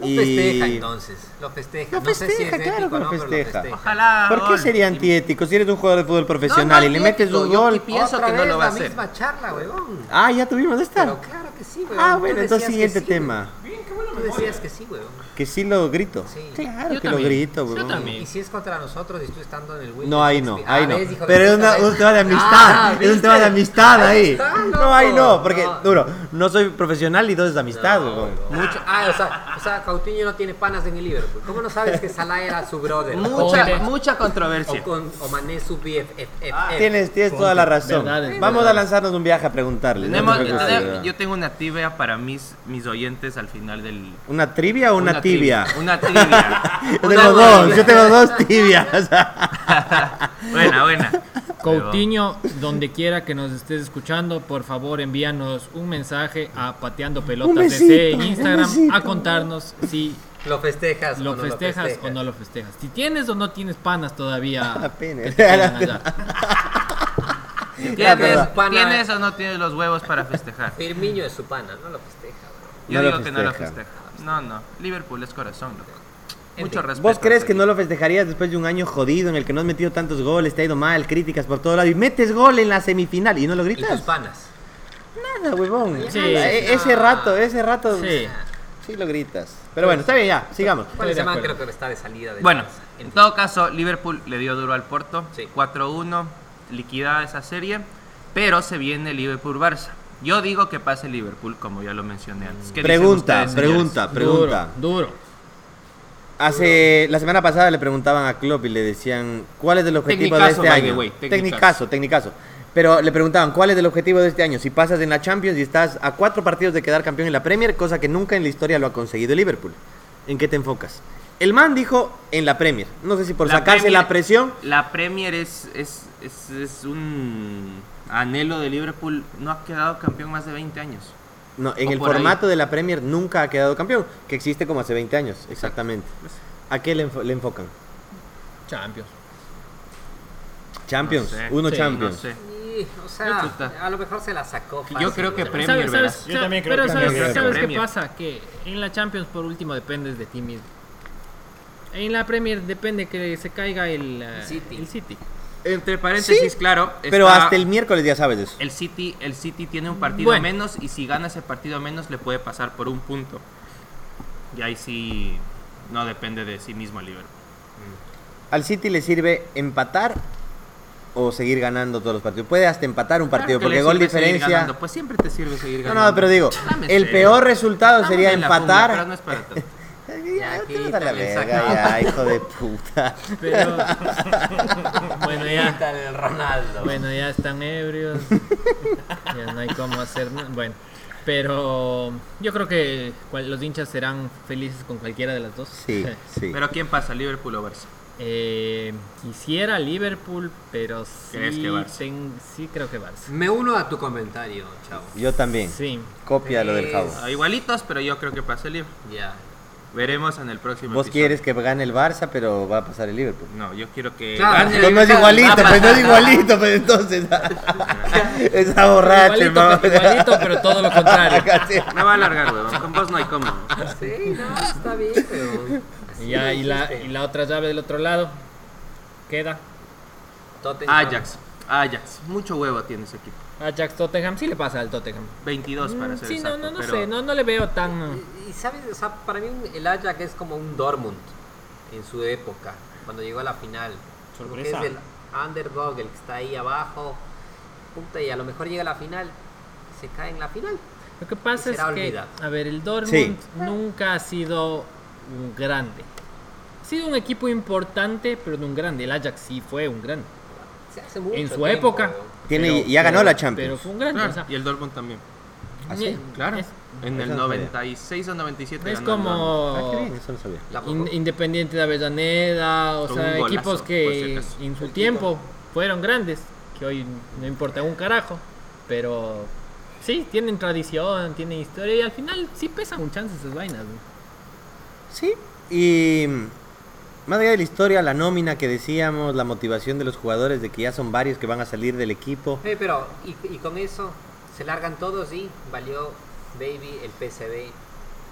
Speaker 2: Lo
Speaker 4: y-
Speaker 2: festeja entonces, lo festeja.
Speaker 4: Lo
Speaker 2: no sé si es
Speaker 4: festeja,
Speaker 2: ético,
Speaker 4: claro que
Speaker 2: o
Speaker 4: lo
Speaker 2: no, pero
Speaker 4: festeja.
Speaker 5: Ojalá.
Speaker 4: ¿Por qué
Speaker 5: gol.
Speaker 4: sería antiético si eres un jugador de fútbol profesional y le metes
Speaker 2: antiético,
Speaker 4: un
Speaker 2: yo
Speaker 4: gol?
Speaker 5: que pienso
Speaker 2: Otra
Speaker 5: que no
Speaker 2: vez
Speaker 5: lo va a
Speaker 2: la
Speaker 5: hacer.
Speaker 2: misma charla, huevón.
Speaker 4: Ah, ya tuvimos esta.
Speaker 2: Pero claro que sí, huevón.
Speaker 4: ah,
Speaker 2: Tú
Speaker 4: bueno,
Speaker 2: decías
Speaker 4: entonces
Speaker 2: que
Speaker 4: siguiente
Speaker 2: sí,
Speaker 4: tema.
Speaker 2: huevón. Tú decías que sí, huevón.
Speaker 4: Que sí lo grito.
Speaker 2: Sí.
Speaker 4: Claro
Speaker 1: Yo
Speaker 4: que
Speaker 1: también.
Speaker 4: lo grito,
Speaker 1: Yo
Speaker 4: weón.
Speaker 1: también.
Speaker 2: Y si es contra nosotros y tú estando en el Williams.
Speaker 4: No, ahí no,
Speaker 2: Ah,
Speaker 4: ahí no.
Speaker 2: ves, hijo de
Speaker 4: Pero es
Speaker 2: puta,
Speaker 4: una-
Speaker 2: ves.
Speaker 4: un tema de amistad.
Speaker 2: Ah,
Speaker 4: es un
Speaker 2: ¿viste?
Speaker 4: tema de amistad ahí.
Speaker 2: está,
Speaker 4: no, ahí
Speaker 2: loco.
Speaker 4: no, porque,
Speaker 2: No.
Speaker 4: duro, no soy profesional y dos es amistad,
Speaker 2: No,
Speaker 4: weón.
Speaker 2: Mucho. Ah, o sea, o sea, Coutinho no tiene panas en el Liverpool. ¿Cómo no sabes que Salah era su brother?
Speaker 5: Mucha,
Speaker 1: Ponte.
Speaker 5: mucha controversia.
Speaker 2: O, con, o Mané su BFF.
Speaker 4: Ah, Tienes, tienes toda la razón.
Speaker 1: verdades,
Speaker 4: Vamos
Speaker 1: verdades.
Speaker 4: a lanzarnos un viaje a preguntarle. no
Speaker 5: Tenemos- eh,
Speaker 4: te preocupes,
Speaker 5: tenemos-
Speaker 4: weón.
Speaker 5: yo tengo una tibia para mis, mis oyentes al final del.
Speaker 4: ¿Una trivia o una, tibia?
Speaker 5: Una tibia.
Speaker 4: Yo tengo dos, yo tengo dos tibias.
Speaker 5: buena, buena.
Speaker 1: Coutinho, donde quiera que nos estés escuchando, por favor envíanos un mensaje a Pateando Pelotas
Speaker 4: Un besito,
Speaker 1: DC en
Speaker 4: un
Speaker 1: Instagram
Speaker 4: besito.
Speaker 1: a contarnos si
Speaker 2: Lo festejas.
Speaker 1: lo
Speaker 2: o no
Speaker 1: festejas
Speaker 2: lo
Speaker 1: o no lo festejas. Si tienes o no tienes panas todavía.
Speaker 4: La pena.
Speaker 1: que te quieran allá.
Speaker 5: Pero,
Speaker 2: Ya,
Speaker 5: ¿Tienes,
Speaker 2: pero- pana-
Speaker 5: ¿Tienes o no tienes los huevos para festejar?
Speaker 2: Firmiño es su pana, no lo festeja. bro.
Speaker 5: Yo
Speaker 4: No lo
Speaker 5: digo que no lo
Speaker 4: festeja.
Speaker 5: festeja. No, no. Liverpool es corazón, loco.
Speaker 2: En
Speaker 5: Mucho
Speaker 2: fin.
Speaker 5: respeto.
Speaker 4: ¿Vos crees
Speaker 5: a
Speaker 4: que
Speaker 5: ese
Speaker 4: no lo festejarías después de un año jodido en el que no has metido tantos goles, te ha ido mal, críticas por todo lado y metes gol en la semifinal y no lo
Speaker 2: Y tus
Speaker 4: gritas?
Speaker 2: panas.
Speaker 4: Nada, huevón.
Speaker 1: Sí.
Speaker 4: E- ese rato, ese rato
Speaker 1: Sí.
Speaker 4: sí. lo gritas. Pero bueno, está bien ya, sigamos.
Speaker 2: Bueno,
Speaker 1: de
Speaker 2: ese man
Speaker 1: acuerdo.
Speaker 2: creo que está de salida. del
Speaker 5: Bueno,
Speaker 2: Barça. En fin.
Speaker 5: en todo caso, Liverpool le dio duro al Porto.
Speaker 2: Sí.
Speaker 5: 4-1, liquidada esa serie. Pero se viene Liverpool-Barça. Yo digo que pase Liverpool, como ya lo mencioné antes. ¿Qué dicen
Speaker 4: Pregunta,
Speaker 5: ustedes, señores?
Speaker 4: pregunta, pregunta.
Speaker 1: Duro, duro.
Speaker 4: Hace la semana pasada le preguntaban a Klopp y le decían, "¿Cuál es el objetivo de
Speaker 5: Tecnicazo,
Speaker 4: este
Speaker 5: by the
Speaker 4: año?"
Speaker 5: way, tecnicazo.
Speaker 4: tecnicazo, tecnicazo. Pero le preguntaban, "¿Cuál es el objetivo de este año? Si pasas en la Champions y estás a cuatro partidos de quedar campeón en la Premier, cosa que nunca en la historia lo ha conseguido el Liverpool. ¿En qué te enfocas?" El man dijo, "En la Premier." No sé si por sacarse
Speaker 5: Premier-
Speaker 4: la presión
Speaker 5: La Premier es, es, es, es un anhelo de Liverpool. No ha quedado campeón más de 20 años.
Speaker 4: No, en
Speaker 5: O
Speaker 4: el
Speaker 5: por ahí.
Speaker 4: formato de la Premier nunca ha quedado campeón, que existe como hace 20 años, exactamente. ¿A qué le, enfo- le enfocan?
Speaker 1: Champions.
Speaker 4: Champions,
Speaker 5: No sé.
Speaker 4: uno
Speaker 1: Sí,
Speaker 4: Champions.
Speaker 5: No sé.
Speaker 2: Y, o
Speaker 5: Yo
Speaker 2: sea,
Speaker 5: chuta.
Speaker 2: a lo mejor se la sacó.
Speaker 5: Yo creo que
Speaker 2: bro.
Speaker 5: Premier,
Speaker 1: ¿Sabes-
Speaker 5: verás.
Speaker 1: sabes-
Speaker 3: Yo también creo
Speaker 1: pero
Speaker 3: que
Speaker 1: sabes,
Speaker 5: Premier.
Speaker 1: ¿sabes qué
Speaker 5: Premier.
Speaker 1: pasa? Que en la Champions por último dependes de ti mismo. En la Premier depende que se caiga el, eh,
Speaker 2: City.
Speaker 1: el City.
Speaker 5: Entre paréntesis, claro.
Speaker 4: Pero
Speaker 5: está-
Speaker 4: hasta el miércoles ya sabes eso.
Speaker 5: El City, el City tiene un partido
Speaker 1: Bueno.
Speaker 5: menos y si gana ese partido menos le puede pasar por un punto. Y ahí sí no depende de sí mismo el Liverpool.
Speaker 4: Al City le sirve empatar o seguir ganando todos los partidos. Puede hasta empatar un partido,
Speaker 5: Claro que
Speaker 4: porque
Speaker 5: le
Speaker 4: gol
Speaker 5: sirve seguir
Speaker 4: diferencia...
Speaker 5: ganando, Pues siempre te sirve seguir
Speaker 4: No,
Speaker 5: ganando.
Speaker 4: no, pero digo,
Speaker 5: Dame
Speaker 4: el
Speaker 5: serio.
Speaker 4: peor resultado
Speaker 5: Dame
Speaker 4: sería
Speaker 5: la funda, pero
Speaker 4: empatar. Eh,
Speaker 5: no es para tanto.
Speaker 4: Ya,
Speaker 2: Aquí
Speaker 4: te vas a la
Speaker 2: también
Speaker 4: verga, ya, hijo de puta.
Speaker 1: Pero bueno, ya
Speaker 2: Quítale el Ronaldo.
Speaker 1: Bueno, ya están ebrios. ya no hay cómo hacer. na- Bueno, pero yo creo que cual- los hinchas serán felices con cualquiera de las dos.
Speaker 4: Sí, sí.
Speaker 5: Pero ¿quién pasa, Liverpool o Barça?
Speaker 1: Eh, quisiera Liverpool, pero sí,
Speaker 5: ¿Crees que Barça?
Speaker 1: ten- sí creo que Barça.
Speaker 2: Me uno a tu comentario, chavo.
Speaker 4: Yo también.
Speaker 1: Sí.
Speaker 4: Copia lo del Javo.
Speaker 5: Ah, igualitos, pero yo creo que pasa el Liverpool.
Speaker 2: Ya.
Speaker 5: Veremos en el próximo
Speaker 4: Vos
Speaker 5: episodio.
Speaker 4: quieres que gane el Barça, pero va a pasar el Liverpool.
Speaker 5: No, yo quiero que
Speaker 2: Claro.
Speaker 5: gane.
Speaker 4: No, no es igualito, pues no es igualito, pues entonces. Está borracho,
Speaker 1: Igualito,
Speaker 4: hermano.
Speaker 1: pero- igualito, pero todo lo contrario.
Speaker 4: Casi.
Speaker 5: Ah, Me va a alargar, huevón. Con vos no hay cómo.
Speaker 2: Sí, no, está bien, pero.
Speaker 1: Y, ya, y, la, y la otra llave del otro lado queda
Speaker 2: Tottenham.
Speaker 5: Ajax. Ajax, mucho huevo tiene ese equipo.
Speaker 1: Ajax Tottenham sí le pasa al Tottenham.
Speaker 5: 22 para ser
Speaker 1: Mm, sí,
Speaker 5: exacto.
Speaker 1: no, no, no
Speaker 5: pero
Speaker 1: sé, no, no le veo tan...
Speaker 2: Y, y sabes, o sea, para mí un- el Ajax es como un Dortmund en su época, cuando llegó a la final. Como que
Speaker 3: Sorpresa.
Speaker 2: es el underdog, el que está ahí abajo. Puta, y a lo mejor llega a la final, se cae en la final.
Speaker 1: Lo que pasa es
Speaker 2: Será
Speaker 1: que,
Speaker 2: olvidado.
Speaker 1: a ver, el Dortmund
Speaker 4: Sí.
Speaker 1: nunca ha sido un grande. Ha sido un equipo importante, pero no un grande. El Ajax sí fue un grande.
Speaker 2: Se hace mucho
Speaker 1: en su
Speaker 2: tiempo,
Speaker 1: época.
Speaker 2: weón.
Speaker 4: Tiene-
Speaker 1: Pero-
Speaker 4: ya ganó
Speaker 1: pero-
Speaker 4: la Champions.
Speaker 1: Pero fue un grande.
Speaker 5: Claro,
Speaker 1: o sea,
Speaker 5: y el Dortmund también.
Speaker 4: ¿Ah, sí?
Speaker 1: eh,
Speaker 5: Claro.
Speaker 1: Es,
Speaker 5: En
Speaker 4: Esa
Speaker 5: el
Speaker 4: no sabía.
Speaker 5: 96 o 97
Speaker 1: es
Speaker 5: ganó el Dortmund.
Speaker 4: Ah, qué bien,
Speaker 1: como
Speaker 4: eso no sabía.
Speaker 2: La
Speaker 1: in-
Speaker 2: poco-
Speaker 1: Independiente de Avellaneda, o
Speaker 5: Con
Speaker 1: sea,
Speaker 5: un golazo,
Speaker 1: equipos
Speaker 5: por si
Speaker 1: que
Speaker 5: acaso.
Speaker 1: en su tiempo fueron grandes, que hoy no importa un carajo, pero sí, tienen tradición, tienen historia y al final sí pesan un chance esas vainas. ¿no?
Speaker 4: Sí, y mm, más allá de la historia, la nómina que decíamos, la motivación de los jugadores de que ya son varios que van a salir del equipo.
Speaker 2: Eh, pero, y, y con eso, se largan todos y valió Baby, el PCB,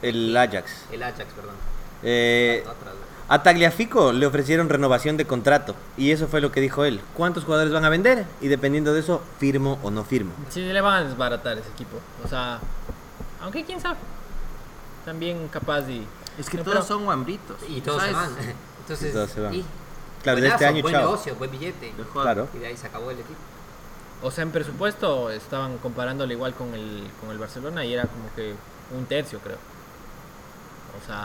Speaker 4: El Ajax.
Speaker 2: el Ajax, perdón.
Speaker 4: Eh,
Speaker 2: Otras, weón.
Speaker 4: a Tagliafico le ofrecieron renovación de contrato y eso fue lo que dijo él. ¿Cuántos jugadores van a vender? Y dependiendo de eso, firmo o no firmo.
Speaker 1: Sí, le van a desbaratar ese equipo. O sea, aunque quién sabe. También capaz y.
Speaker 5: Es que
Speaker 1: No,
Speaker 5: todos
Speaker 1: pero-
Speaker 5: son guambritos.
Speaker 2: Y todos se
Speaker 5: ¿sabes?
Speaker 2: van. Entonces,
Speaker 4: Y todos se van.
Speaker 2: y-
Speaker 4: Claro, de
Speaker 2: buenazo,
Speaker 4: este año,
Speaker 2: buen
Speaker 4: chao.
Speaker 2: negocio, buen billete.
Speaker 5: Dejó a-
Speaker 4: Claro.
Speaker 2: Y de ahí se acabó el equipo.
Speaker 1: O sea, en presupuesto estaban comparándolo igual con el, con el Barcelona y era como que un tercio, creo. O sea,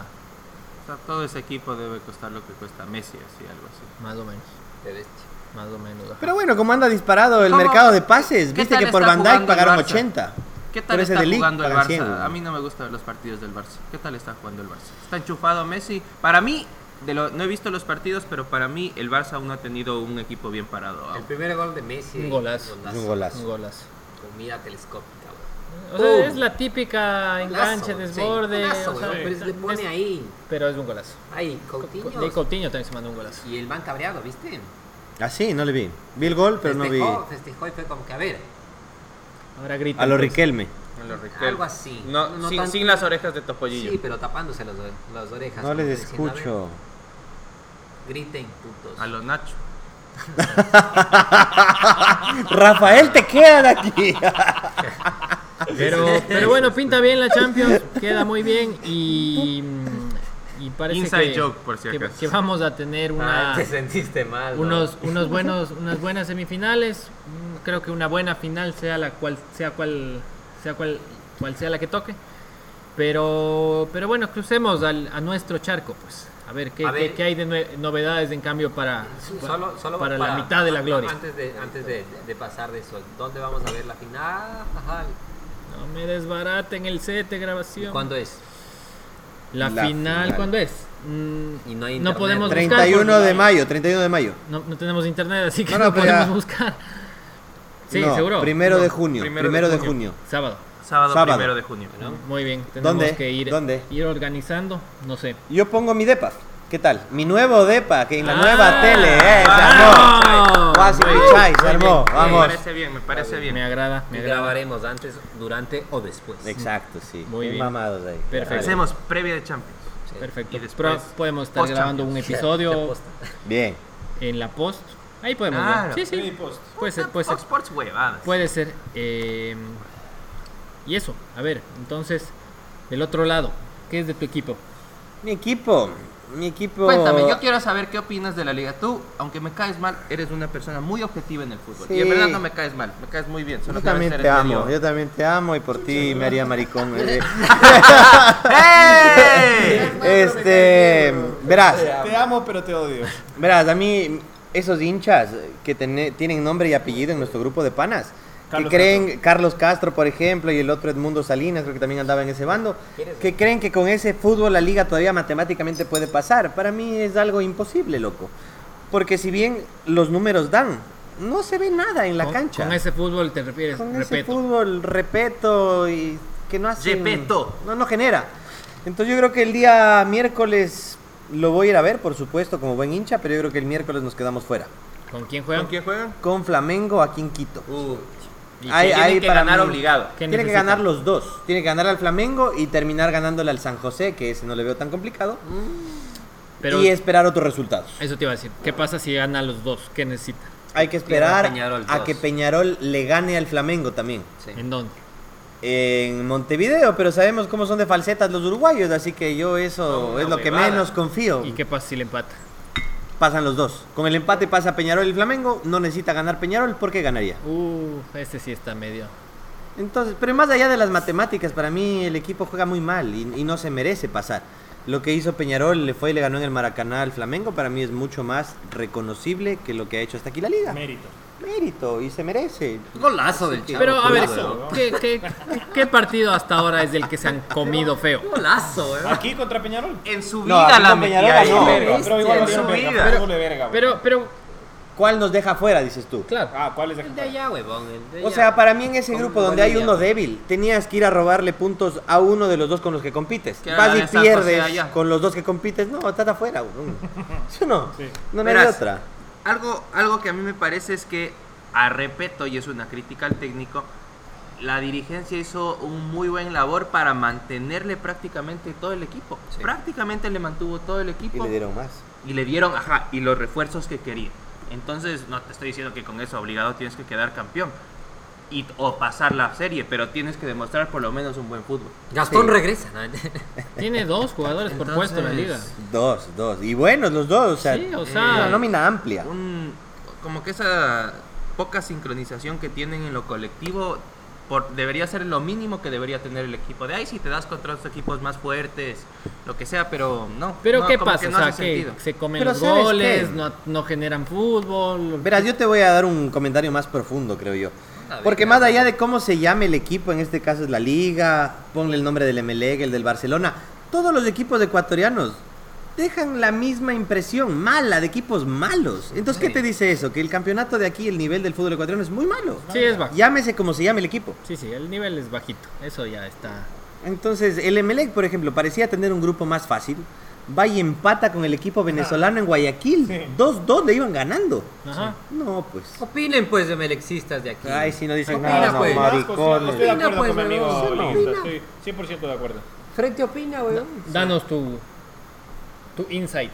Speaker 5: o sea, todo ese equipo debe costar lo que cuesta Messi, así, algo así.
Speaker 1: más o menos.
Speaker 2: de bestia.
Speaker 1: Más o menos. ajá.
Speaker 4: Pero bueno, como anda disparado el
Speaker 5: ¿Cómo?
Speaker 4: mercado de pases,
Speaker 5: ¿Qué
Speaker 4: viste
Speaker 5: tal
Speaker 4: que por
Speaker 5: está
Speaker 4: Van Dijk
Speaker 5: jugando el
Speaker 4: pagaron
Speaker 5: Barça?
Speaker 4: 80.
Speaker 5: ¿Qué
Speaker 4: Por
Speaker 5: tal
Speaker 4: ese
Speaker 5: está
Speaker 4: de Ligt
Speaker 5: jugando el
Speaker 4: pagan
Speaker 5: Barça?
Speaker 4: 100, güey.
Speaker 5: A mí no me gustan los partidos del Barça. ¿Qué tal está jugando el Barça? Está enchufado Messi. Para mí, de lo- no he visto los partidos, pero para mí el Barça aún no ha tenido un equipo bien parado. aún.
Speaker 2: El primer gol de Messi. eh,
Speaker 1: Un golazo.
Speaker 4: Es un golazo. Uh.
Speaker 1: Un golazo.
Speaker 2: Comida telescópica, weón.
Speaker 1: O sea,
Speaker 2: ¡Pum!
Speaker 1: es la típica enganche,
Speaker 2: Golazo,
Speaker 1: desborde.
Speaker 2: sí. Golazo,
Speaker 1: o sea, pues,
Speaker 2: weón, pero se le pone
Speaker 1: es-
Speaker 2: ahí.
Speaker 1: pero es un golazo.
Speaker 2: Ahí,
Speaker 1: De
Speaker 2: Coutinho.
Speaker 1: Coutinho también se mandó un golazo.
Speaker 2: Y el man cabreado, ¿viste?
Speaker 4: Así, Ah, no le vi. Vi el gol, pero no vi
Speaker 2: festejó, festejó y fue como que, a ver,
Speaker 1: Ahora grita.
Speaker 4: a lo
Speaker 1: pues.
Speaker 4: Riquelme.
Speaker 5: En los Riquelme.
Speaker 2: algo así.
Speaker 5: No, sin,
Speaker 2: tanto-
Speaker 5: sin las orejas de Topollillo.
Speaker 2: Sí, pero tapándose las, o- las orejas.
Speaker 4: No
Speaker 2: como
Speaker 4: les
Speaker 2: diciendo, a ver,
Speaker 4: escucho.
Speaker 2: Griten, putos.
Speaker 5: A los Nacho.
Speaker 4: Rafael, te queda de aquí.
Speaker 1: Pero, pero bueno, pinta bien la Champions, queda muy bien y, y parece
Speaker 5: Inside
Speaker 1: que,
Speaker 5: joke, por si
Speaker 1: que-
Speaker 5: acaso.
Speaker 1: que vamos a tener una,
Speaker 2: Ah, te sentiste mal. ¿no?
Speaker 1: unos, unos buenos, unas buenas semifinales. Mm, Creo que una buena final sea la cual sea cual sea cual, cual sea la que toque. Pero, pero bueno, crucemos al- a nuestro charco, pues. A ver qué,
Speaker 2: A
Speaker 1: qué-
Speaker 2: ver.
Speaker 1: qué hay de nue- novedades en cambio para,
Speaker 2: Solo, solo
Speaker 1: para la mitad de la gloria.
Speaker 2: Antes de, antes de, de pasar de eso, ¿dónde vamos a ver la final? Ajá.
Speaker 1: No me desbaraten el set de
Speaker 2: ¿Y
Speaker 1: grabación.
Speaker 2: ¿Cuándo es?
Speaker 1: La,
Speaker 4: La
Speaker 1: final,
Speaker 4: final.
Speaker 1: ¿cuándo es? Mm,
Speaker 2: Y no hay
Speaker 1: No
Speaker 2: internet.
Speaker 1: podemos buscar
Speaker 4: 31
Speaker 1: porque-
Speaker 4: de mayo, 31 de mayo.
Speaker 1: No, no tenemos internet, así que
Speaker 4: No,
Speaker 1: no,
Speaker 4: no, pero ya.
Speaker 1: podemos buscar. Sí,
Speaker 4: No,
Speaker 1: seguro.
Speaker 4: Primero
Speaker 5: No,
Speaker 4: de junio. Primero,
Speaker 5: primero de
Speaker 4: de,
Speaker 5: junio.
Speaker 4: junio.
Speaker 1: Sábado.
Speaker 5: Sábado,
Speaker 4: Sábado.
Speaker 5: primero de junio. ¿no?
Speaker 1: Muy bien. Tenemos
Speaker 4: ¿Dónde?
Speaker 1: que ir,
Speaker 4: ¿Dónde?
Speaker 1: ir organizando. No sé.
Speaker 4: Yo pongo mi depa. ¿Qué tal? Mi nuevo depa, que en la
Speaker 1: Ah,
Speaker 4: nueva tele, eh, se armó.
Speaker 1: ¡Vamos!
Speaker 4: Guasi Pichai, se armó.
Speaker 5: Me
Speaker 4: Vamos.
Speaker 5: parece bien, me parece bien.
Speaker 1: Me agrada, me
Speaker 2: Y
Speaker 1: agrada.
Speaker 2: grabaremos antes, durante o después.
Speaker 4: Exacto, sí.
Speaker 1: Muy
Speaker 4: Bien
Speaker 1: bien.
Speaker 4: mamados ahí.
Speaker 1: Perfecto.
Speaker 5: Hacemos previa de Champions.
Speaker 2: Sí.
Speaker 1: Perfecto.
Speaker 5: Y después,
Speaker 1: Pro- podemos estar
Speaker 5: post
Speaker 1: grabando un episodio
Speaker 2: Posta.
Speaker 4: Bien.
Speaker 1: en la post. Ahí podemos ver.
Speaker 5: Claro.
Speaker 1: Sí, sí.
Speaker 3: Mini post.
Speaker 1: Puede ser, puede ser.
Speaker 5: Fox Sports huevadas.
Speaker 1: Puede ser. eh, y eso. A ver, entonces, del otro lado, ¿qué es de tu equipo?
Speaker 4: Mi equipo. Mi equipo.
Speaker 5: Cuéntame, yo quiero saber qué opinas de la liga. Tú, aunque me caes mal, eres una persona muy objetiva en el fútbol. Y en
Speaker 4: Sí.
Speaker 5: verdad no me caes mal, me caes muy bien. Solo
Speaker 4: Yo
Speaker 5: que a veces
Speaker 4: también
Speaker 5: eres
Speaker 4: te amo,
Speaker 5: medio-
Speaker 4: yo también te amo y por ti me haría maricón. eh.
Speaker 5: ¡Ey!
Speaker 4: Este, verás,
Speaker 3: Te amo, pero te odio.
Speaker 4: Verás, a mí esos hinchas que tene- tienen nombre y apellido en nuestro grupo de panas,
Speaker 3: Carlos
Speaker 4: que creen, Carlos Castro, por ejemplo, y el otro Edmundo Salinas, creo que también andaba en ese bando,
Speaker 2: ¿Quieres
Speaker 4: que creen que con ese fútbol la liga todavía matemáticamente puede pasar. Para mí es algo imposible, loco. Porque si bien los números dan, no se ve nada en la
Speaker 1: Con-
Speaker 4: cancha.
Speaker 1: Con ese fútbol te refieres,
Speaker 4: Con ese
Speaker 1: repeto.
Speaker 4: fútbol, repeto y que no hace.
Speaker 5: Yepeto.
Speaker 4: No, no genera. Entonces yo creo que el día miércoles lo voy a ir a ver, por supuesto, como buen hincha, pero yo creo que el miércoles nos quedamos fuera.
Speaker 1: ¿Con quién juegan?
Speaker 5: juegan?
Speaker 4: Con Flamengo aquí en Quito.
Speaker 5: Uh,
Speaker 1: Y
Speaker 4: Ay,
Speaker 5: tienen
Speaker 4: ahí
Speaker 5: que
Speaker 4: para
Speaker 5: ganar
Speaker 4: mí-
Speaker 5: obligado.
Speaker 1: ¿Qué
Speaker 4: Tiene que
Speaker 1: necesitan?
Speaker 4: ganar los dos. Tiene que ganar al Flamengo y terminar ganándole al San José, que ese no le veo tan complicado.
Speaker 1: Pero
Speaker 4: Y esperar otros resultados.
Speaker 1: eso te iba a decir. ¿Qué pasa si gana los dos? ¿Qué necesita?
Speaker 4: Hay que esperar
Speaker 2: Pierda Peñarol
Speaker 4: a
Speaker 2: dos.
Speaker 4: que Peñarol le gane al Flamengo también.
Speaker 2: Sí.
Speaker 1: ¿En dónde?
Speaker 4: En Montevideo, pero sabemos cómo son de falsetas los uruguayos, así que yo eso
Speaker 5: Son una
Speaker 4: es lo que
Speaker 5: huevada.
Speaker 4: menos confío.
Speaker 1: ¿Y qué pasa si le empata?
Speaker 4: Pasan los dos. Con el empate pasa Peñarol y Flamengo. No necesita ganar Peñarol porque ganaría.
Speaker 1: Uh, este sí está medio.
Speaker 4: Entonces, pero más allá de las matemáticas, para mí el equipo juega muy mal y, y no se merece pasar. Lo que hizo Peñarol le fue y le ganó en el Maracaná al Flamengo, para mí es mucho más reconocible que lo que ha hecho hasta aquí la liga.
Speaker 3: Mérito.
Speaker 4: Mérito y se merece.
Speaker 2: Golazo del chavo.
Speaker 1: Pero a ver,
Speaker 2: Golazo,
Speaker 1: ¿qué, qué, qué partido hasta ahora es el que se han comido feo?
Speaker 2: ¿eh? Golazo, weón.
Speaker 3: Aquí contra Peñarol.
Speaker 5: En su
Speaker 4: Ah. No,
Speaker 5: vida
Speaker 4: aquí
Speaker 5: la
Speaker 4: con
Speaker 5: metí
Speaker 4: Peñarol
Speaker 5: ahí. verga.
Speaker 4: ganó.
Speaker 3: Pero igual no
Speaker 5: En
Speaker 3: son
Speaker 5: su
Speaker 3: verga.
Speaker 5: vida.
Speaker 3: fútbol de verga, güey.
Speaker 1: Pero, pero,
Speaker 4: ¿Cuál nos deja fuera, dices tú?
Speaker 1: claro.
Speaker 3: Ah, ¿cuál es el
Speaker 2: El de allá, huevón. el de
Speaker 4: O
Speaker 2: allá.
Speaker 4: sea, para mí en ese
Speaker 2: Con
Speaker 4: grupo donde hay
Speaker 2: Bolivia.
Speaker 4: uno débil, tenías que ir a robarle puntos a uno de los dos con los que compites.
Speaker 5: Que
Speaker 4: Vas
Speaker 5: hagan
Speaker 4: y
Speaker 5: esa
Speaker 4: pierdes
Speaker 5: sociedad ya.
Speaker 4: con los dos que compites. No, estás afuera. uno. ¿Sí o no?
Speaker 3: Sí.
Speaker 4: No, no hay
Speaker 5: Verás,
Speaker 4: otra.
Speaker 5: Algo, algo que a mí me parece es que, a repeto, y es una crítica al técnico, la dirigencia hizo un muy buen labor para mantenerle prácticamente todo el equipo.
Speaker 2: Sí.
Speaker 5: Prácticamente le mantuvo todo el
Speaker 4: Y
Speaker 5: equipo
Speaker 4: le dieron más.
Speaker 5: y le dieron, ajá, y los refuerzos que quería. Entonces, no te estoy diciendo que con eso obligado tienes que quedar campeón y, o pasar la serie, pero tienes que demostrar por lo menos un buen fútbol.
Speaker 2: Gastón
Speaker 4: Sí.
Speaker 2: regresa. ¿no?
Speaker 1: Tiene dos jugadores por puesto en la liga.
Speaker 2: Entonces,
Speaker 4: Dos, dos. Y buenos los dos. O sea, eh,
Speaker 1: Sí, o
Speaker 4: una
Speaker 1: sea,
Speaker 4: nómina amplia.
Speaker 5: un como que esa poca sincronización que tienen en lo colectivo por, debería ser lo mínimo que debería tener el equipo. De ahí si te das contra otros equipos más fuertes, lo que sea, pero no.
Speaker 1: pero
Speaker 5: no,
Speaker 1: ¿qué
Speaker 5: como
Speaker 1: pasa?
Speaker 5: que
Speaker 1: o
Speaker 5: no
Speaker 1: sea,
Speaker 5: hace
Speaker 1: que
Speaker 5: sentido.
Speaker 1: se comen
Speaker 4: Pero
Speaker 1: los
Speaker 4: ¿sabes
Speaker 1: goles,
Speaker 4: qué?
Speaker 1: no, no generan fútbol.
Speaker 4: Verás, yo te voy a dar un comentario más profundo, creo yo.
Speaker 2: ver,
Speaker 4: Porque
Speaker 2: a
Speaker 4: más
Speaker 2: ver.
Speaker 4: allá de cómo se llame el equipo, en este caso es la Liga, ponle el nombre del Emelec, el del Barcelona, todos los equipos ecuatorianos dejan la misma impresión mala de equipos malos. Entonces, ¿qué
Speaker 2: Sí.
Speaker 4: te dice eso? Que el campeonato de aquí, el nivel del fútbol ecuatoriano es muy malo.
Speaker 1: Sí, es bajo.
Speaker 4: Llámese como se llame el equipo.
Speaker 1: Sí, sí, el nivel es bajito. Eso ya está.
Speaker 4: Entonces, el Emelec, por ejemplo, parecía tener un grupo más fácil. Va y empata con el equipo venezolano en Guayaquil.
Speaker 3: Sí.
Speaker 4: 2-2 le iban ganando.
Speaker 1: Ajá.
Speaker 4: No, pues.
Speaker 2: Opinen, pues, de melexistas de aquí.
Speaker 4: Ay, si no dicen
Speaker 2: Opina,
Speaker 4: nada, no,
Speaker 2: pues.
Speaker 3: Maricones. Estoy de
Speaker 4: maricones.
Speaker 2: Opina,
Speaker 3: acuerdo
Speaker 2: pues,
Speaker 3: con mi amigo
Speaker 2: huevón.
Speaker 3: Liguista,
Speaker 2: Opina.
Speaker 3: Estoy 100% de acuerdo.
Speaker 2: Frente opina, weón.
Speaker 1: Danos tu, tu insight.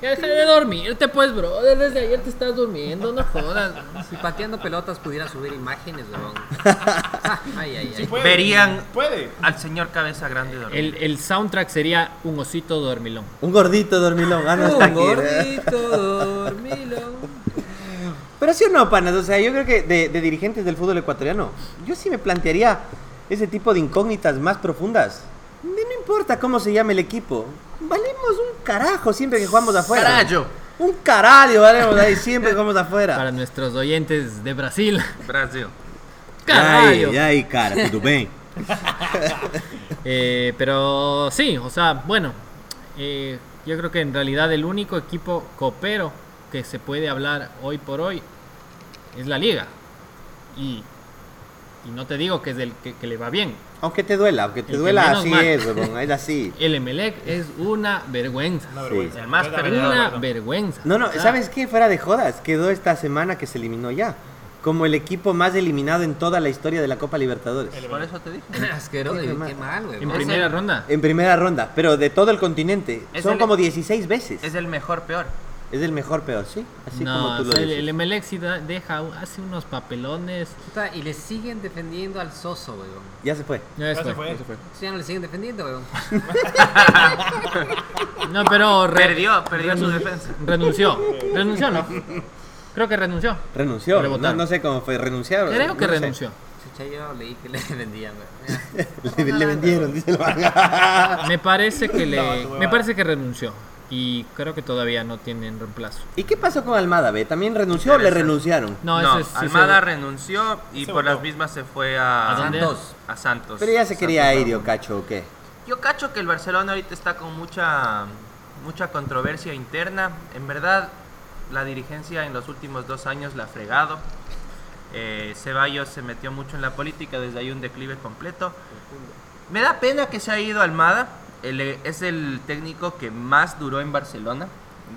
Speaker 1: Ya deja de dormirte, pues, bro. Desde ayer te estás durmiendo, no jodas.
Speaker 2: Si pateando pelotas pudiera subir imágenes, weón. ay, ay, ay.
Speaker 3: Puede,
Speaker 5: Verían-
Speaker 3: Puede.
Speaker 5: Al señor Cabeza Grande de
Speaker 1: El, el soundtrack sería Un osito dormilón.
Speaker 4: Un gordito dormilón, ah, no está
Speaker 2: Un
Speaker 4: aquí.
Speaker 2: gordito dormilón.
Speaker 4: Pero sí o no, panas, o sea, yo creo que de, de dirigentes del fútbol ecuatoriano, yo sí me plantearía ese tipo de incógnitas más profundas. De no importa cómo se llame el equipo, valemos un carajo siempre que jugamos afuera.
Speaker 5: Carajo.
Speaker 4: Un carajo valemos ahí siempre que jugamos afuera.
Speaker 1: Para nuestros oyentes de Brasil.
Speaker 5: Brasil.
Speaker 1: Carajo.
Speaker 4: Ay, ay, cara, tudo bem.
Speaker 1: Eh, pero sí, o sea, bueno, eh, yo creo que en realidad el único equipo copero que se puede hablar hoy por hoy es la liga. Y, y no te digo que es del que, que le va bien.
Speaker 4: Aunque te duela, aunque
Speaker 1: El
Speaker 4: te
Speaker 1: que
Speaker 4: duela,
Speaker 1: menos
Speaker 4: así
Speaker 1: mal.
Speaker 4: es, huevón, es así.
Speaker 1: El Emelec es una vergüenza.
Speaker 3: Una
Speaker 4: Sí.
Speaker 3: vergüenza.
Speaker 5: El más
Speaker 3: Yo también estoy de
Speaker 1: Una
Speaker 3: acuerdo.
Speaker 1: vergüenza.
Speaker 4: No, no,
Speaker 1: O sea,
Speaker 4: ¿sabes qué? Fuera de jodas, quedó esta semana que se eliminó ya, como el equipo más eliminado en toda la historia de la Copa Libertadores.
Speaker 5: Por eso te dije.
Speaker 2: Asqueroso,
Speaker 4: Qué
Speaker 2: qué
Speaker 4: mal.
Speaker 2: mal,
Speaker 1: En
Speaker 2: weón.
Speaker 1: primera ronda.
Speaker 4: En primera ronda, pero de todo el continente.
Speaker 5: Es
Speaker 4: Son
Speaker 5: el-
Speaker 4: como 16 veces.
Speaker 5: Es el mejor peor.
Speaker 4: Es el mejor peor, ¿sí? Así
Speaker 1: no,
Speaker 4: como tú lo
Speaker 1: o sea,
Speaker 4: dices.
Speaker 1: el, el Emelec sí da- deja, hace unos papelones.
Speaker 2: Puta, Y le siguen defendiendo al Soso, weón.
Speaker 4: Ya se fue.
Speaker 1: No,
Speaker 3: Ya
Speaker 1: eso
Speaker 3: se
Speaker 1: fue.
Speaker 3: fue.
Speaker 2: Eso ya no le siguen defendiendo, weón.
Speaker 1: No, pero re-
Speaker 5: Perdió, perdió su defensa.
Speaker 1: renunció. Renunció, ¿no? Creo que renunció.
Speaker 4: Renunció.
Speaker 1: Le
Speaker 4: No,
Speaker 1: votaron.
Speaker 4: no sé cómo fue. ¿Renunciaron?
Speaker 1: Creo que
Speaker 4: No sé.
Speaker 1: renunció.
Speaker 2: Chucha, yo leí que le vendían, weón.
Speaker 4: Le, le vendieron, dice el manga.
Speaker 1: Me parece que le,
Speaker 3: tu huevada.
Speaker 1: me parece que renunció y creo que todavía no tienen reemplazo.
Speaker 4: ¿Y qué pasó con Almada, B? ¿También renunció o le
Speaker 5: Interesante.
Speaker 4: renunciaron?
Speaker 1: No,
Speaker 5: No,
Speaker 1: ese sí se-
Speaker 5: Almada renunció y
Speaker 3: Se
Speaker 5: por
Speaker 3: votó.
Speaker 5: las mismas se fue a,
Speaker 1: ¿A dónde?
Speaker 5: Santos. A Santos.
Speaker 4: Pero ya se quería
Speaker 5: Santos
Speaker 4: ir,
Speaker 5: Laguna.
Speaker 4: ¿o cacho o qué?
Speaker 5: Yo cacho que el Barcelona ahorita está con mucha mucha controversia interna. En verdad, la dirigencia en los últimos dos años la ha fregado. Eh, Ceballos se metió mucho en la política, desde ahí un declive completo. Me da pena que se ha ido Almada. El, eh, es el técnico que más duró en Barcelona.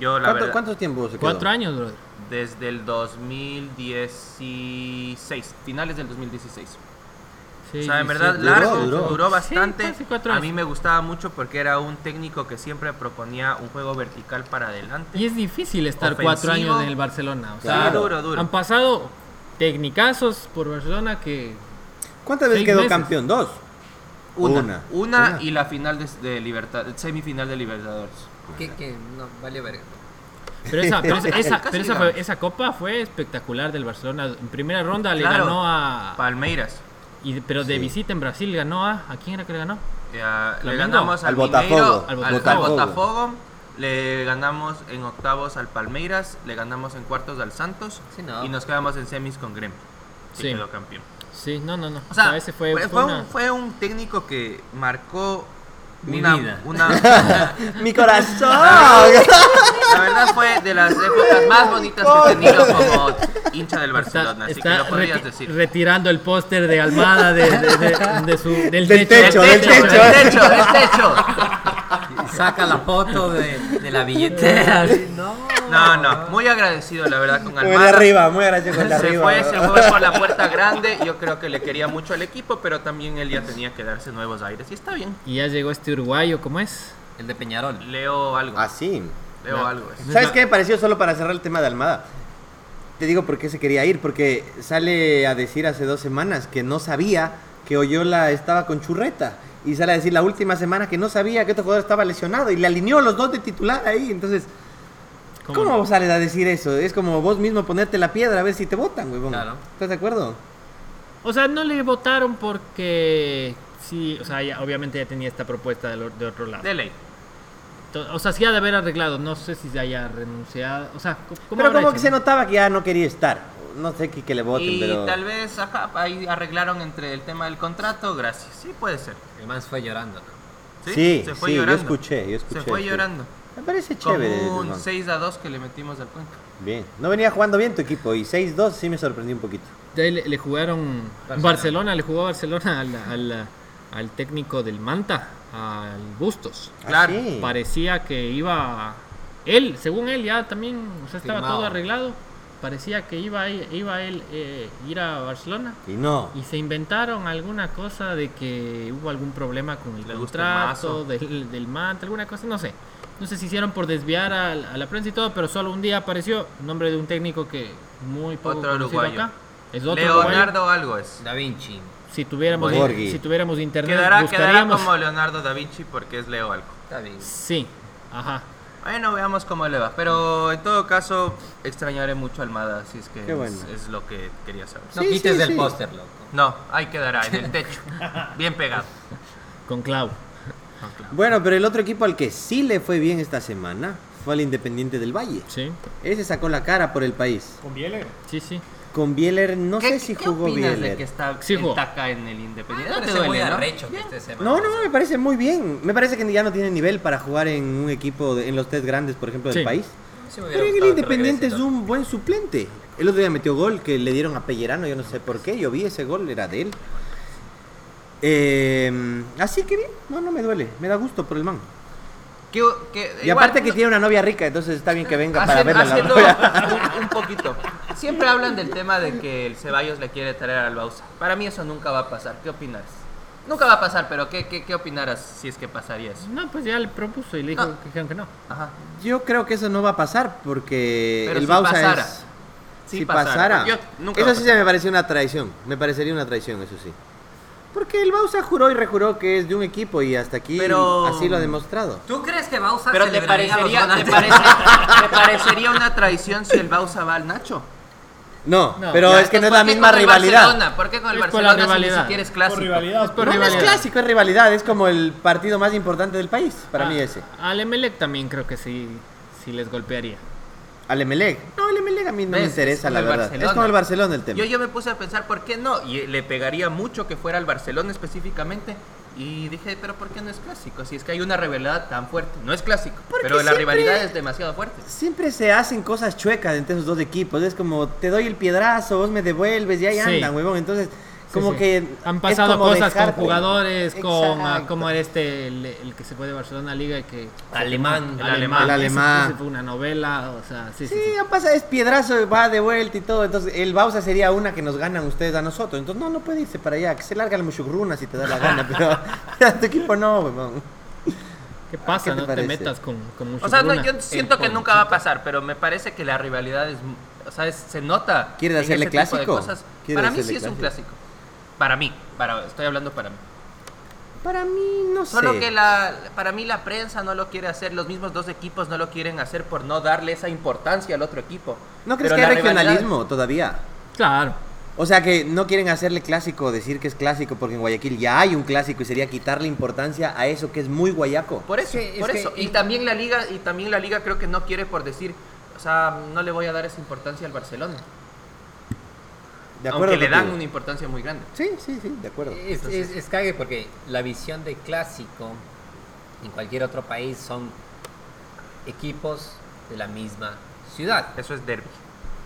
Speaker 5: Yo, la
Speaker 4: ¿Cuánto,
Speaker 5: verdad,
Speaker 4: ¿Cuántos tiempos se quedó?
Speaker 1: cuatro años, brother.
Speaker 5: desde el 2016, finales del 2016.
Speaker 1: Sí,
Speaker 5: o sea, en
Speaker 1: sí,
Speaker 5: verdad,
Speaker 1: duró,
Speaker 5: largo, duró,
Speaker 4: duró.
Speaker 1: Sí,
Speaker 5: bastante.
Speaker 1: casi cuatro
Speaker 5: a
Speaker 1: años.
Speaker 5: mí me gustaba mucho porque era un técnico que siempre proponía un juego vertical para adelante.
Speaker 1: Y es difícil estar
Speaker 5: Ofensivo.
Speaker 1: cuatro años en el Barcelona. O
Speaker 5: Sí,
Speaker 1: sea,
Speaker 4: Claro.
Speaker 5: duro, duro.
Speaker 1: han pasado tecnicazos por Barcelona que
Speaker 4: ¿Cuántas veces
Speaker 1: Seis
Speaker 4: quedó
Speaker 1: meses.
Speaker 4: campeón? ¿Dos?
Speaker 5: Una,
Speaker 4: Una.
Speaker 5: una,
Speaker 4: Una.
Speaker 5: y la final de, de Libertad, semifinal de Libertadores.
Speaker 2: Que, que no, valió verga.
Speaker 1: Pero esa, pero esa, esa-
Speaker 5: Casi
Speaker 1: pero esa
Speaker 5: ganamos.
Speaker 1: fue- esa copa fue espectacular del Barcelona. En primera ronda le
Speaker 5: Claro.
Speaker 1: ganó a.
Speaker 5: Palmeiras.
Speaker 1: y- pero de visita en Brasil ganó a. ¿A quién era que le ganó?
Speaker 5: Eh, a- le
Speaker 1: Flamengo.
Speaker 5: ganamos al,
Speaker 4: Al
Speaker 5: Mineiro,
Speaker 4: Botafogo.
Speaker 5: al,
Speaker 1: Al
Speaker 5: al
Speaker 4: Botafogo.
Speaker 5: Botafogo, le ganamos en octavos al Palmeiras, le ganamos en cuartos al Santos
Speaker 2: Sí, no.
Speaker 5: y nos quedamos en semis con Grêmio, que
Speaker 1: Sí.
Speaker 5: quedó campeón.
Speaker 1: Sí, no, no, no.
Speaker 5: O sea,
Speaker 1: ese fue, fue
Speaker 5: fue,
Speaker 1: una-
Speaker 5: un, fue un técnico que marcó
Speaker 2: Mi
Speaker 5: una,
Speaker 2: vida.
Speaker 5: una- la
Speaker 4: ¡Mi corazón!
Speaker 5: verdad fue de las épocas más bonitas que he tenido como hincha del
Speaker 1: está-
Speaker 5: Barcelona, así
Speaker 1: está
Speaker 5: que lo podrías
Speaker 1: reti-
Speaker 5: decir.
Speaker 1: retirando el póster de Almada de, de- de- de su, del,
Speaker 4: Del
Speaker 1: techo.
Speaker 4: techo, del
Speaker 5: del
Speaker 4: techo.
Speaker 5: techo, del techo.
Speaker 2: Saca la foto de, de la billetera. así, No,
Speaker 5: No, no, muy agradecido la verdad con
Speaker 4: Muy de
Speaker 5: Almada.
Speaker 4: arriba, muy agradecido con el de
Speaker 5: Se
Speaker 4: arriba.
Speaker 5: fue, se fue por la puerta grande. Yo creo que le quería mucho al equipo, pero también él ya tenía que darse nuevos aires. Y está bien.
Speaker 1: Y ya llegó este uruguayo, ¿cómo es?
Speaker 2: El de Peñarol.
Speaker 5: Leo algo.
Speaker 4: Así.
Speaker 5: Leo
Speaker 1: no.
Speaker 5: algo. es.
Speaker 4: Ah, ¿Sabes qué me pareció solo para cerrar el tema de Almada? Te digo por qué se quería ir, porque sale a decir hace dos semanas que no sabía que Oyola estaba con Churreta. Y sale a decir la última semana que no sabía que este jugador estaba lesionado. Y le alineó a los dos de titular ahí. Entonces, ¿cómo,
Speaker 1: no?
Speaker 4: sales a decir eso? Es como vos mismo ponerte la piedra a ver si te votan, huevón.
Speaker 2: Claro.
Speaker 4: ¿Estás de acuerdo?
Speaker 1: O sea, no le votaron porque. Sí, o sea, ya- obviamente ya tenía esta propuesta del or- de otro lado.
Speaker 5: De ley.
Speaker 1: To- O sea, sí ha de haber arreglado, no sé si se haya renunciado. O sea, ¿cómo
Speaker 4: Pero
Speaker 1: habrá
Speaker 4: como
Speaker 1: hecho,
Speaker 4: que se
Speaker 1: no?
Speaker 4: notaba que ya no quería estar. No sé qué que le voten,
Speaker 5: Y
Speaker 4: pero...
Speaker 5: tal vez ajá, ahí arreglaron entre el tema del contrato. Gracias. Sí, puede ser.
Speaker 2: El man se fue llorando. ¿no?
Speaker 5: Sí,
Speaker 4: Sí,
Speaker 5: se fue
Speaker 4: sí, yo
Speaker 5: llorando.
Speaker 4: escuché, yo escuché,
Speaker 5: Se fue
Speaker 4: sí.
Speaker 5: llorando.
Speaker 4: Me parece
Speaker 5: Como
Speaker 4: chévere.
Speaker 5: un
Speaker 4: huevón.
Speaker 5: 6 a 2 que le metimos al Cuenca.
Speaker 4: Bien. No venía jugando bien tu equipo y 6-2 sí me sorprendió un poquito.
Speaker 1: De ahí le, le jugaron Barcelona. le jugó Barcelona al, al- al técnico del Manta, al Bustos.
Speaker 5: Claro,
Speaker 4: ¿Ah, sí.
Speaker 1: Parecía que iba él, según él ya también, o sea, estaba
Speaker 2: Firmado.
Speaker 1: todo arreglado. Parecía que iba, ahí- iba él eh, ir a Barcelona
Speaker 4: Y no.
Speaker 1: y se inventaron alguna cosa de que hubo algún problema con el
Speaker 5: Le gusta el
Speaker 1: contrato
Speaker 5: mazo.
Speaker 1: del, del Manta, alguna cosa, no sé. No sé si hicieron por desviar al- a, la prensa y todo, pero solo un día apareció nombre de un técnico que muy poco
Speaker 5: Otro
Speaker 1: conocido
Speaker 5: uruguayo.
Speaker 1: acá. Es otro uruguayo.
Speaker 5: Leonardo algo es.
Speaker 2: Da Vinci.
Speaker 1: Si tuviéramos,
Speaker 4: Borghi.
Speaker 1: si tuviéramos internet,
Speaker 5: Quedará, quedará
Speaker 1: buscaríamos.
Speaker 5: como Leonardo da Vinci porque es Leo algo.
Speaker 2: Está bien.
Speaker 1: Sí, ajá.
Speaker 5: Bueno, veamos cómo le va. Pero en todo caso, extrañaré mucho a Almada, así es que
Speaker 4: Qué bueno.
Speaker 5: es, es lo que quería saber.
Speaker 2: No
Speaker 4: Sí,
Speaker 2: quites
Speaker 4: sí,
Speaker 2: del
Speaker 4: sí.
Speaker 2: póster, loco.
Speaker 5: No, ahí quedará, en el techo. Bien pegado.
Speaker 1: Con Clau.
Speaker 4: Bueno, pero el otro equipo al que sí le fue bien esta semana fue al Independiente del Valle.
Speaker 1: Sí,
Speaker 4: Ese sacó la cara por el país.
Speaker 3: ¿Con Bieler?
Speaker 1: sí, sí.
Speaker 4: Con Bieler, no
Speaker 5: ¿Qué,
Speaker 4: sé si
Speaker 5: qué
Speaker 4: jugó
Speaker 5: opinas de
Speaker 4: Bieler.
Speaker 5: que
Speaker 2: Ah,
Speaker 5: está
Speaker 1: Sí
Speaker 5: el
Speaker 1: jugó.
Speaker 5: Taca en el Independiente?
Speaker 2: No
Speaker 5: No
Speaker 2: te
Speaker 5: te
Speaker 2: muy
Speaker 5: duele, ¿no?
Speaker 2: arrecho que esté ese man.
Speaker 4: No, no, me parece muy bien. Me parece que ya no tiene nivel para jugar en un equipo, de- en los tres grandes, por ejemplo, del
Speaker 1: Sí.
Speaker 4: país.
Speaker 2: Sí me hubiera
Speaker 4: Pero en el
Speaker 2: gustado que
Speaker 4: Independiente es
Speaker 2: regrese,
Speaker 4: un buen suplente. El otro día metió gol que le dieron a Pellerano, yo no sé por qué. Yo vi ese gol, era de él. Eh, así que bien, no, no me duele. Me da gusto por el man.
Speaker 5: Que- que-
Speaker 4: Y
Speaker 5: igual,
Speaker 4: aparte que
Speaker 5: no-
Speaker 4: tiene una novia rica, entonces está bien que venga para
Speaker 5: hacen-
Speaker 4: verla la
Speaker 5: haciendo
Speaker 4: novia.
Speaker 5: un, un poquito. Siempre hablan del tema de que el Ceballos le quiere traer al Bausa. Para mí eso nunca va a pasar. ¿Qué opinas? Nunca va a pasar, pero ¿qué, qué, qué opinarás si es que pasaría eso?
Speaker 1: No, pues ya le propuso y le dijo
Speaker 5: No.
Speaker 1: que dijeron que no.
Speaker 5: Ajá.
Speaker 4: Yo creo que eso no va a pasar porque
Speaker 5: Pero
Speaker 4: el
Speaker 5: si
Speaker 4: Bausa
Speaker 5: pasara.
Speaker 4: es...
Speaker 5: Sí
Speaker 4: si
Speaker 5: pasara.
Speaker 4: pasara.
Speaker 5: Yo nunca va
Speaker 4: eso
Speaker 5: a
Speaker 4: sí
Speaker 5: pasar.
Speaker 4: se me pareció una traición. Me parecería una traición, eso sí. Porque el Bausa juró y rejuró que es de un equipo y hasta aquí
Speaker 5: Pero-
Speaker 4: así lo ha demostrado.
Speaker 2: ¿Tú crees que Bausa
Speaker 5: Pero te
Speaker 2: celebraría a los
Speaker 5: parecería, te,
Speaker 2: donantes?
Speaker 5: parece- te parecería una traición si el Bausa va al Nacho.
Speaker 4: No,
Speaker 1: No,
Speaker 4: pero
Speaker 5: Ya,
Speaker 4: es que no
Speaker 5: entonces,
Speaker 4: es la
Speaker 5: ¿por qué
Speaker 4: misma
Speaker 5: con el
Speaker 4: rivalidad.
Speaker 5: Barcelona? ¿Por qué con el
Speaker 1: Es por
Speaker 5: Barcelona
Speaker 1: la
Speaker 5: si ni
Speaker 1: rivalidad.
Speaker 5: siquiera es
Speaker 3: Por
Speaker 5: clásico?
Speaker 3: rivalidad.
Speaker 1: por
Speaker 4: No, no es
Speaker 1: rivalidad.
Speaker 4: clásico, es rivalidad. Es como el partido más importante del país, para mí
Speaker 1: Ah,
Speaker 4: ese.
Speaker 1: Al Emelec también creo que sí, sí les golpearía.
Speaker 4: Al Emelec. No, el Emelec a mí no me
Speaker 5: ¿Ves?
Speaker 4: interesa,
Speaker 5: Es como
Speaker 4: la
Speaker 5: el
Speaker 4: verdad. Es
Speaker 5: Barcelona.
Speaker 4: como el Barcelona el tema.
Speaker 5: Yo, yo me puse a pensar, ¿por qué no? Y le pegaría mucho que fuera al Barcelona específicamente. Y dije, ¿pero por qué no es clásico? Si es que hay una rivalidad tan fuerte. No es clásico,
Speaker 4: Porque
Speaker 5: pero la
Speaker 4: siempre-
Speaker 5: rivalidad es demasiado fuerte.
Speaker 4: Siempre se hacen cosas chuecas entre esos dos equipos. Es como, te doy el piedrazo, vos me devuelves y ahí
Speaker 1: Sí.
Speaker 4: andan, huevón. Entonces, Como
Speaker 1: sí.
Speaker 4: que.
Speaker 1: han
Speaker 4: es
Speaker 1: pasado
Speaker 4: como
Speaker 1: cosas con
Speaker 4: dejarte.
Speaker 1: jugadores, con ah,
Speaker 4: Exacto.
Speaker 1: como era este, el, el que se fue de Barcelona Liga y que.
Speaker 2: Alemán.
Speaker 1: El alemán.
Speaker 5: El alemán.
Speaker 1: Ese-
Speaker 4: alemán.
Speaker 1: ese fue una novela, o sea, sí, sí.
Speaker 4: Sí,
Speaker 1: sí.
Speaker 4: han pasado, es piedrazo, va de vuelta y todo. Entonces, el Bausa sería una que nos ganan ustedes a nosotros. Entonces, no, no puede irse para allá. Que se larga la muchugruna si te da la gana. Pero a tu equipo no, weón.
Speaker 1: ¿Qué pasa?
Speaker 4: ¿qué te
Speaker 1: no
Speaker 4: parece?
Speaker 1: te metas con, con mucho
Speaker 5: O sea, no,
Speaker 1: Bruna.
Speaker 5: yo siento que nunca va a pasar, pero me parece que la rivalidad es, o sea, es- se nota.
Speaker 4: ¿Quieres
Speaker 5: en
Speaker 4: hacerle
Speaker 5: ese tipo de
Speaker 4: clásico?
Speaker 5: cosas.
Speaker 4: ¿Quieres
Speaker 5: Para mí sí
Speaker 4: hacerle
Speaker 5: es un clásico. Para mí, para, estoy hablando para mí.
Speaker 4: Para mí, no sé.
Speaker 5: Solo que la, para mí la prensa no lo quiere hacer, los mismos dos equipos no lo quieren hacer por no darle esa importancia al otro equipo.
Speaker 4: ¿No crees
Speaker 5: Pero
Speaker 4: que hay
Speaker 5: la rivalidad-
Speaker 4: regionalismo todavía?
Speaker 1: Claro.
Speaker 4: O sea que no quieren hacerle clásico, decir que es clásico, porque en Guayaquil ya hay un clásico y sería quitarle importancia a eso que es muy guayaco.
Speaker 5: Por eso,
Speaker 1: Sí, es
Speaker 5: por
Speaker 1: que-
Speaker 5: eso. Y también la liga, y también la liga creo que no quiere por decir, o sea, no le voy a dar esa importancia al Barcelona.
Speaker 4: De acuerdo.
Speaker 5: aunque le dan Eh.
Speaker 4: contigo.
Speaker 5: una importancia muy grande.
Speaker 4: Sí, sí, sí, de acuerdo.
Speaker 2: Es, es, es cague porque la visión de clásico en cualquier otro país son equipos de la misma ciudad.
Speaker 5: Eso es derby.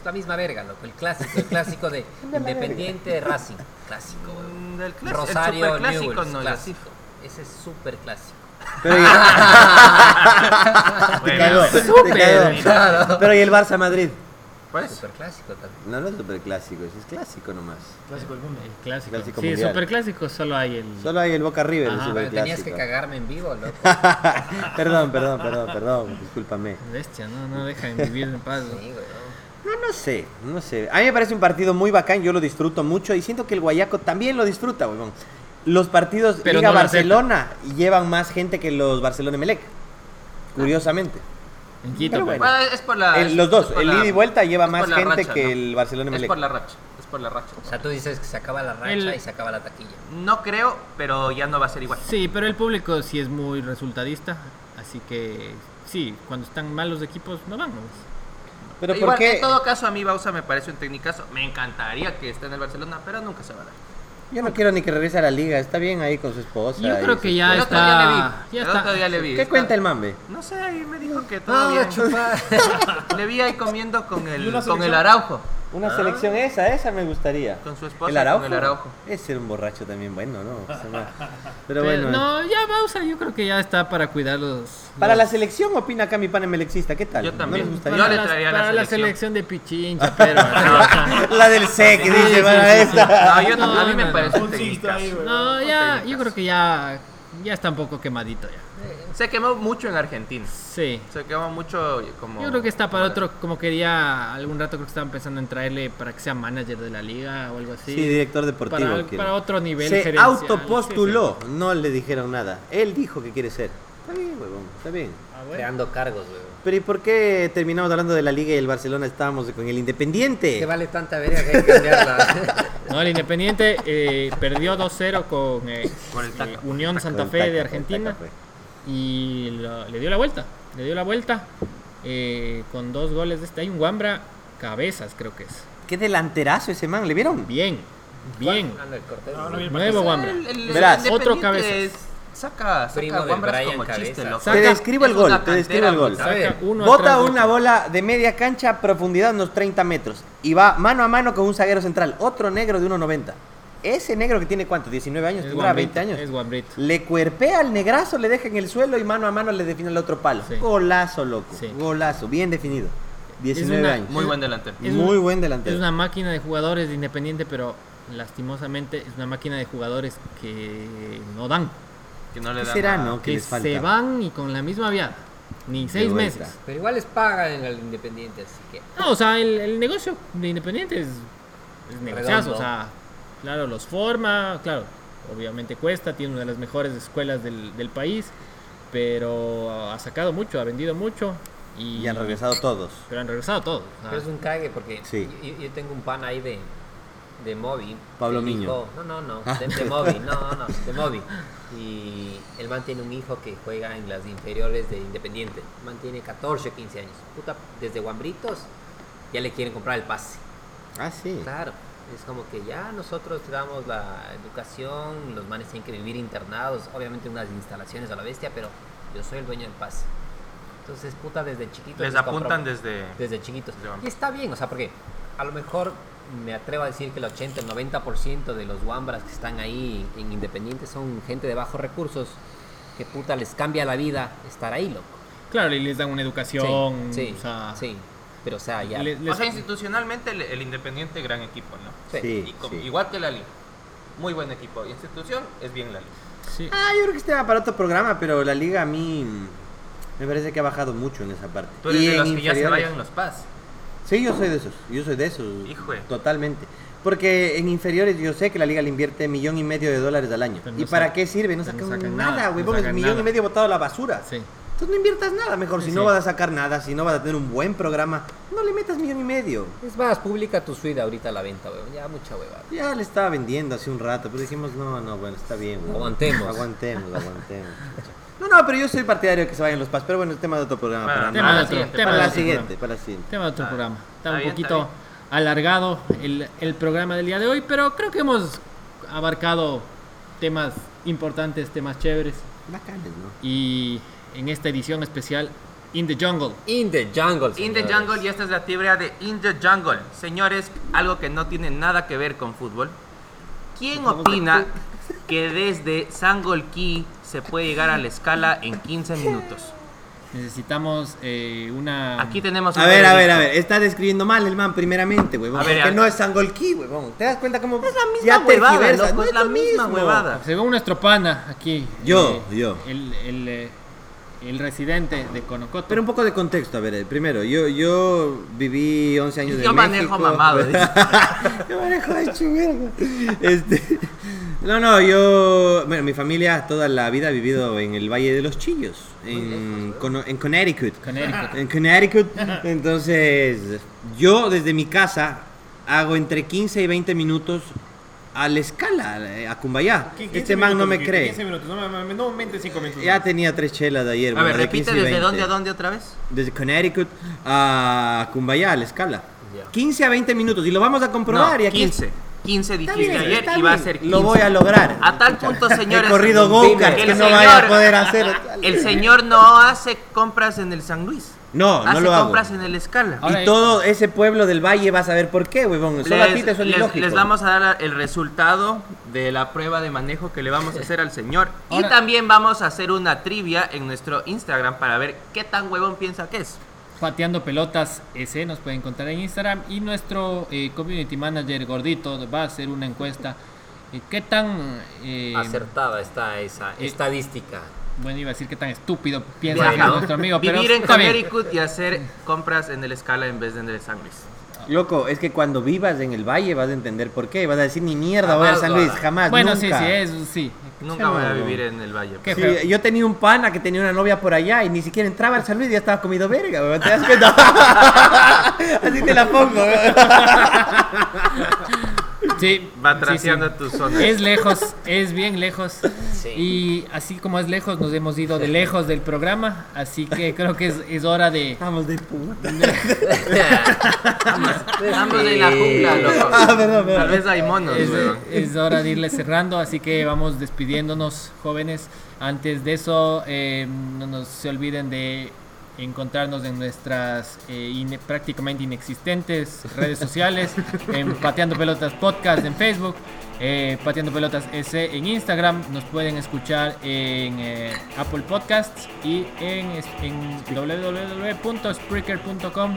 Speaker 2: La misma verga, loco. El clásico, el clásico de
Speaker 4: la
Speaker 2: Independiente Racing. Clásico, weón.
Speaker 5: Mm, del clas- el
Speaker 2: Rosario
Speaker 5: superclásico
Speaker 2: Newell's,
Speaker 5: no es así.
Speaker 2: clásico. Ese es súper clásico.
Speaker 4: Pero y, te
Speaker 5: Bueno,
Speaker 4: cagó, te
Speaker 1: súper,
Speaker 4: cagó.
Speaker 2: claro.
Speaker 4: Pero y el Barça Madrid.
Speaker 5: pues,
Speaker 2: Súper clásico también.
Speaker 4: No, no es super clásico, es clásico nomás.
Speaker 1: Clásico del mundo. El clásico.
Speaker 4: Clásico
Speaker 1: sí,
Speaker 4: mundial.
Speaker 1: superclásico solo hay el.
Speaker 4: Solo hay el Boca River,
Speaker 1: Ajá,
Speaker 4: es
Speaker 2: Pero
Speaker 4: super
Speaker 2: tenías que
Speaker 4: clásico.
Speaker 2: cagarme en vivo, loco.
Speaker 4: perdón, perdón, perdón, perdón, discúlpame.
Speaker 1: Bestia, no, no dejan vivir en paz.
Speaker 2: Sí, weón.
Speaker 4: No, no sé, no sé. A mí me parece un partido muy bacán, yo lo disfruto mucho y siento que el Guayaco también lo disfruta, weón. Los partidos
Speaker 1: Pero
Speaker 4: Liga
Speaker 1: no lo
Speaker 4: Barcelona llevan más gente que los Barcelona y Melec. Curiosamente.
Speaker 1: En Quito,
Speaker 4: Pero
Speaker 1: pues.
Speaker 4: bueno.
Speaker 5: bueno, es por la.
Speaker 4: El-
Speaker 5: Ah, es-
Speaker 4: los dos,
Speaker 5: es por
Speaker 4: el
Speaker 5: la-
Speaker 4: ida y vuelta lleva
Speaker 5: es
Speaker 4: más
Speaker 5: por la
Speaker 4: gente
Speaker 5: racha,
Speaker 4: que
Speaker 5: ¿no?
Speaker 4: el Barcelona
Speaker 5: Es
Speaker 4: y Melec.
Speaker 5: por la racha. Es por la racha.
Speaker 2: O sea, tú dices que se acaba la racha
Speaker 1: El-
Speaker 2: y se acaba la taquilla.
Speaker 5: No creo, pero ya no va a ser igual.
Speaker 1: Sí, pero el público sí es muy resultadista. Así que sí, cuando están malos equipos no van. ¿no?
Speaker 4: Pero ¿por
Speaker 5: Igual,
Speaker 4: qué?
Speaker 5: En todo caso, a mí Bausa me parece un técnicazo. Me encantaría que esté en el Barcelona, pero nunca se va a dar.
Speaker 4: Yo no quiero ni que regrese a la liga, está bien ahí con su esposa.
Speaker 1: Yo
Speaker 4: y
Speaker 1: creo
Speaker 4: su
Speaker 1: que ya
Speaker 5: el otro día
Speaker 1: está.
Speaker 5: le vi.
Speaker 1: Ya
Speaker 5: el
Speaker 1: está.
Speaker 5: otro día le vi.
Speaker 4: esposa. ¿Qué
Speaker 5: está-
Speaker 4: cuenta el mambe?
Speaker 5: No sé, ahí me dijo que todo bien. Le vi ahí comiendo con
Speaker 3: ¿Y
Speaker 5: el,
Speaker 3: una
Speaker 5: con el
Speaker 3: selección?
Speaker 5: Araujo.
Speaker 4: Una selección esa, esa me gustaría.
Speaker 5: Ah. Con su esposa y
Speaker 4: ¿El Araujo?
Speaker 5: con el Araujo.
Speaker 4: Ese era un borracho también, bueno, ¿no? Se me- Pero
Speaker 1: Pero
Speaker 4: bueno.
Speaker 1: no, ya Bausa, yo creo que ya está para cuidar los.
Speaker 4: Para la
Speaker 1: los-
Speaker 4: selección opina acá mi pana melexista, ¿qué tal?
Speaker 5: Yo
Speaker 4: ¿No
Speaker 5: también.
Speaker 4: les gustaría? Ah,
Speaker 1: para
Speaker 5: Yo le
Speaker 1: las-
Speaker 5: traería la
Speaker 1: para la
Speaker 5: selección.
Speaker 1: selección de Pichincha, pero.
Speaker 4: La del SEC,
Speaker 1: Sí,
Speaker 4: dice,
Speaker 1: sí,
Speaker 4: para
Speaker 1: sí,
Speaker 4: esta.
Speaker 5: No, yo
Speaker 1: No,
Speaker 5: no, a mí
Speaker 1: no, no.
Speaker 5: me parece un
Speaker 3: Un sixto ahí,
Speaker 5: técnicazo.
Speaker 3: güey.
Speaker 1: No, ya, yo
Speaker 5: técnicas.
Speaker 1: creo que ya, ya está un poco quemadito ya.
Speaker 5: Se quemó mucho en Argentina.
Speaker 1: Sí.
Speaker 5: Se quemó mucho como...
Speaker 1: Yo creo que está para
Speaker 5: como-
Speaker 1: otro, como quería, algún rato creo que estaban pensando en traerle para que sea manager de la liga o algo así.
Speaker 4: Sí, director deportivo.
Speaker 1: para,
Speaker 4: quiere.
Speaker 1: para otro nivel.
Speaker 4: Se
Speaker 1: gerencial, sí,
Speaker 4: autopostuló, no le dijeron nada. Él dijo que quiere ser. Está bien, huevón, está bien.
Speaker 1: Ah,
Speaker 2: Creando cargos, weón.
Speaker 4: Pero ¿y por qué terminamos hablando de la Liga y el Barcelona estábamos con el Independiente?
Speaker 2: Que vale tanta verga que hay que cambiarla.
Speaker 1: sí. No, el Independiente eh, perdió 2-0 con eh,
Speaker 5: Por el taco.
Speaker 1: eh, Unión
Speaker 4: Con
Speaker 1: Santa
Speaker 4: el
Speaker 1: Fe
Speaker 4: Taca,
Speaker 1: de
Speaker 4: con el
Speaker 1: Argentina
Speaker 4: Taca, pues.
Speaker 1: y lo- le dio la vuelta. Le dio la vuelta eh, con dos goles de este. Hay un Wambra cabezas, creo que es.
Speaker 4: Qué delanterazo ese man, ¿le vieron?
Speaker 1: Bien, bien.
Speaker 2: Anda el Cortés,
Speaker 3: No, no
Speaker 2: weón.
Speaker 3: vi el
Speaker 1: Nuevo Wambra.
Speaker 5: pues, El- el- el
Speaker 4: Verás.
Speaker 5: Independiente
Speaker 1: Otro cabezas.
Speaker 5: es- Saca,
Speaker 2: Primo
Speaker 5: saca
Speaker 2: del
Speaker 5: guambras
Speaker 2: Brian
Speaker 5: como chiste,
Speaker 2: Cabezas.
Speaker 5: loco.
Speaker 1: Saca-
Speaker 4: Te describo el
Speaker 5: es
Speaker 4: gol,
Speaker 5: una
Speaker 4: te describo el
Speaker 5: cantera,
Speaker 4: gol.
Speaker 5: muchacho.
Speaker 2: ¿Sabe?
Speaker 1: Saca uno
Speaker 4: Bota
Speaker 1: atrás de
Speaker 4: una
Speaker 1: otro.
Speaker 4: bola de media cancha, profundidad unos 30 metros. Y va mano a mano con un zaguero central, otro negro de 1.90. Ese negro que tiene cuánto, 19
Speaker 1: Es
Speaker 4: años, tendrá
Speaker 1: guambrito,
Speaker 4: 20 años.
Speaker 1: Es guambrito.
Speaker 4: Le cuerpea al negrazo, le deja en el suelo y mano a mano le define el otro palo.
Speaker 1: Sí.
Speaker 4: Golazo, loco.
Speaker 1: Sí.
Speaker 4: Golazo, bien definido. 19
Speaker 1: una-
Speaker 4: años.
Speaker 5: Muy buen delantero.
Speaker 1: es
Speaker 4: Muy
Speaker 1: una-
Speaker 4: buen delantero.
Speaker 1: Es una máquina de jugadores de independiente, pero lastimosamente es una máquina de jugadores que no dan.
Speaker 5: Que no le
Speaker 4: ¿Qué
Speaker 5: da
Speaker 4: será,
Speaker 5: nada.
Speaker 4: no? Que
Speaker 1: Que
Speaker 4: les falta.
Speaker 1: se van y con la misma viada. Ni
Speaker 4: De
Speaker 1: seis
Speaker 4: vuelta.
Speaker 1: meses.
Speaker 2: Pero igual les pagan en el Independiente, así que.
Speaker 4: Ah.
Speaker 1: No, o sea, el, el negocio de independiente es, es negociazo.
Speaker 2: Redondo.
Speaker 1: O sea, claro, los forma, claro, obviamente cuesta, tiene una de las mejores escuelas del, del país, pero ha sacado mucho, ha vendido mucho y,
Speaker 4: Y han regresado todos.
Speaker 1: Pero han regresado todos. o sea,
Speaker 2: Pero es un cague porque
Speaker 4: Sí.
Speaker 2: yo, yo tengo un pan ahí de, de Mobi.
Speaker 4: Pablo
Speaker 2: que
Speaker 4: Miño. Ah,
Speaker 2: dijo- no, no, no, de, de Mobi, no, no, de Mobi. Y el man tiene un hijo que juega en las inferiores de Independiente. El man tiene 14 o 15 años. Puta, desde Guambritos ya le quieren comprar el pase.
Speaker 4: Ah, sí.
Speaker 2: Claro, es como que ya nosotros te damos la educación, los manes tienen que vivir internados, obviamente unas instalaciones a la bestia, pero yo soy el dueño del pase. Entonces, puta, desde chiquito
Speaker 5: Les apuntan desde...
Speaker 2: desde chiquitos.
Speaker 5: Desde
Speaker 2: Y está bien, o sea, porque a lo mejor me atrevo a decir que el 80, el 90% de los Wambras que están ahí en Independiente son gente de bajos recursos que puta les cambia la vida estar ahí, loco.
Speaker 1: Claro, y les dan una educación.
Speaker 2: sí,
Speaker 1: o sea,
Speaker 2: sí. Pero o sea, ya.
Speaker 1: le-
Speaker 5: O
Speaker 1: les-
Speaker 5: sea, institucionalmente el, el Independiente gran equipo, ¿no?
Speaker 2: sí.
Speaker 4: Sí,
Speaker 5: Y con-
Speaker 4: sí.
Speaker 5: Igual que la Liga. Muy buen equipo. Institución es bien la Liga.
Speaker 1: sí.
Speaker 4: Ah, yo creo que este va para otro programa, pero la liga a mí mm, me parece que ha bajado mucho en esa parte.
Speaker 5: Tú eres de
Speaker 4: en
Speaker 5: los que ya se
Speaker 4: inferiores.
Speaker 5: vayan los Paz.
Speaker 4: Sí, yo soy de esos. Yo soy de esos.
Speaker 5: Hijo de-
Speaker 4: Totalmente. Porque en inferiores yo sé que la liga le invierte millón y medio de dólares al año.
Speaker 1: Pero
Speaker 4: ¿Y
Speaker 1: no
Speaker 4: para
Speaker 1: saca-
Speaker 4: qué sirve? No
Speaker 1: no
Speaker 4: sacan,
Speaker 1: sacan
Speaker 4: nada,
Speaker 1: nada,
Speaker 4: güey.
Speaker 1: no
Speaker 4: Es
Speaker 1: sacan
Speaker 4: millón
Speaker 1: nada.
Speaker 4: y medio botado a la basura.
Speaker 1: sí.
Speaker 4: Entonces no inviertas nada. Mejor si
Speaker 1: Sí,
Speaker 4: no
Speaker 1: sí.
Speaker 4: vas a sacar nada, si no vas a tener un buen programa, no le metas millón y medio.
Speaker 2: Es más, publica tu suite ahorita a la venta, weón. Ya mucha hueva.
Speaker 4: Ya le estaba vendiendo hace un rato, pero dijimos, no, no, bueno, está bien. güey.
Speaker 2: Aguantemos.
Speaker 4: Aguantemos, aguantemos. No, no, pero yo soy partidario de que se vayan los paz. Pero bueno, el tema de otro programa.
Speaker 5: Bueno,
Speaker 4: para
Speaker 1: tema
Speaker 4: nada.
Speaker 1: de otro-
Speaker 4: Para
Speaker 1: tema de
Speaker 4: la
Speaker 1: otro
Speaker 4: siguiente,
Speaker 1: programa.
Speaker 4: para la siguiente.
Speaker 1: Tema de otro
Speaker 5: Ah,
Speaker 1: programa.
Speaker 5: está
Speaker 1: Está un
Speaker 5: bien,
Speaker 1: poquito
Speaker 5: está
Speaker 1: alargado el, el programa del día de hoy, pero creo que hemos abarcado temas importantes, temas chéveres.
Speaker 4: Bacanes, ¿no?
Speaker 1: Y en esta edición especial, In the Jungle.
Speaker 2: In the jungle.
Speaker 5: In the
Speaker 2: señores.
Speaker 5: Jungle y esta es la tibia de In the Jungle. Señores, algo que no tiene nada que ver con fútbol. ¿Quién opina que desde Sangolquí se puede llegar a la escala en 15 minutos?
Speaker 1: Necesitamos eh, una.
Speaker 5: Aquí tenemos un
Speaker 4: A ver, a ver,
Speaker 5: veredicto.
Speaker 4: a ver. Está describiendo mal el man, primeramente, huevón.
Speaker 5: A ver,
Speaker 4: Porque
Speaker 5: a-
Speaker 4: no es Sangolquí, huevón. ¿Te das cuenta cómo.? Es
Speaker 5: la misma huevada, loco, es la misma huevada.
Speaker 1: Según nuestro pana, aquí. eh,
Speaker 4: Yo, yo.
Speaker 1: El, el, eh, el residente de Conocoto.
Speaker 4: Pero un poco de contexto, a ver, eh, primero, yo, yo viví 11 años de
Speaker 5: Yo manejo
Speaker 4: México.
Speaker 5: mamado, dice.
Speaker 4: yo manejo de chubergo. Este, no, no, yo, bueno, mi familia toda la vida ha vivido en el Valle de los Chillos, en, Cono- en Connecticut.
Speaker 1: Connecticut.
Speaker 4: En Connecticut. Entonces, yo desde mi casa hago entre 15 y 20 minutos a la escala, eh, a Cumbayá.
Speaker 3: ¿Qué-
Speaker 4: Este
Speaker 3: 15
Speaker 4: man no
Speaker 3: minutos,
Speaker 4: me
Speaker 3: qué-
Speaker 4: cree.
Speaker 3: 15 minutos, no, me- me- no mente 5 minutos.
Speaker 4: Ya tenía tres chelas de ayer.
Speaker 5: A
Speaker 4: bueno,
Speaker 5: ver,
Speaker 4: de
Speaker 5: repite
Speaker 4: 15 y
Speaker 5: desde
Speaker 4: 20.
Speaker 5: dónde a dónde otra vez.
Speaker 4: Desde Connecticut a Cumbayá, a la escala.
Speaker 2: Ya.
Speaker 4: 15 a 20 minutos y lo vamos a comprobar.
Speaker 5: No,
Speaker 4: y aquí
Speaker 5: 15. 15
Speaker 4: Está
Speaker 5: dijiste
Speaker 4: bien,
Speaker 5: ayer
Speaker 4: está
Speaker 5: y va a
Speaker 4: bien.
Speaker 5: ser Ah, 15.
Speaker 4: Lo voy a lograr.
Speaker 5: A tal punto, señores.
Speaker 4: He corrido go-karts
Speaker 5: el
Speaker 4: que no
Speaker 5: señor-
Speaker 4: vaya a poder hacer.
Speaker 5: El señor no hace compras en el San Luis.
Speaker 4: No, no
Speaker 5: hace
Speaker 4: lo hago.
Speaker 5: compras en el Escala.
Speaker 1: Ahora-
Speaker 4: Y todo ese pueblo del valle va a saber por qué, huevón. Solo a ti te suena
Speaker 5: les-
Speaker 4: ilógico.
Speaker 5: les vamos a dar el resultado de la prueba de manejo que le vamos a hacer al señor. y
Speaker 1: Ahora-
Speaker 5: también vamos a hacer una trivia en nuestro Instagram para ver qué tan huevón piensa que es.
Speaker 1: Pateando Pelotas S nos pueden encontrar en Instagram y nuestro eh, community manager gordito va a hacer una encuesta. Eh, ¿Qué tan... eh,
Speaker 2: Acertada está esa
Speaker 1: eh,
Speaker 2: estadística.
Speaker 1: bueno, iba a decir qué tan estúpido piensa que
Speaker 5: Bueno,
Speaker 1: es nuestro amigo, pero
Speaker 5: Vivir en
Speaker 1: está bien.
Speaker 5: Connecticut y hacer compras en el Escala en vez de en el San Luis.
Speaker 4: Loco, es que cuando vivas en el valle vas a entender por qué. Vas a decir ni mierda,
Speaker 5: Jamás
Speaker 4: voy a San
Speaker 5: lo
Speaker 4: Luis,
Speaker 5: hará.
Speaker 4: jamás.
Speaker 1: Bueno, sí,
Speaker 4: nunca.
Speaker 1: sí, es, sí.
Speaker 5: Nunca voy a vivir en el Valle.
Speaker 1: Qué
Speaker 4: Sí,
Speaker 1: feo.
Speaker 4: yo tenía un pana que tenía una novia por allá y ni siquiera entraba al San Luis y ya estaba comido verga, huevón, ¿te das cuenta? Así te la pongo. huevón.
Speaker 1: Sí,
Speaker 5: Va
Speaker 1: sí,
Speaker 5: traseando
Speaker 1: sí.
Speaker 5: tu zona.
Speaker 1: Es lejos, es bien lejos.
Speaker 2: Sí.
Speaker 1: Y así como es lejos, nos hemos ido de lejos del programa, así que creo que es, es hora de...
Speaker 4: Vamos de puta.
Speaker 5: Estamos en la jungla, loco.
Speaker 4: Ah, perdón, perdón.
Speaker 5: Tal vez hay monos,
Speaker 1: Es,
Speaker 5: huevón.
Speaker 1: es hora de irle cerrando, así que vamos despidiéndonos, jóvenes. Antes de eso, eh, no nos se olviden de encontrarnos en nuestras eh, ine- prácticamente inexistentes redes sociales, en Pateando Pelotas Podcast en Facebook, eh, Pateando Pelotas S en Instagram, nos pueden escuchar en eh, Apple Podcasts y en, es- en www.spreaker.com.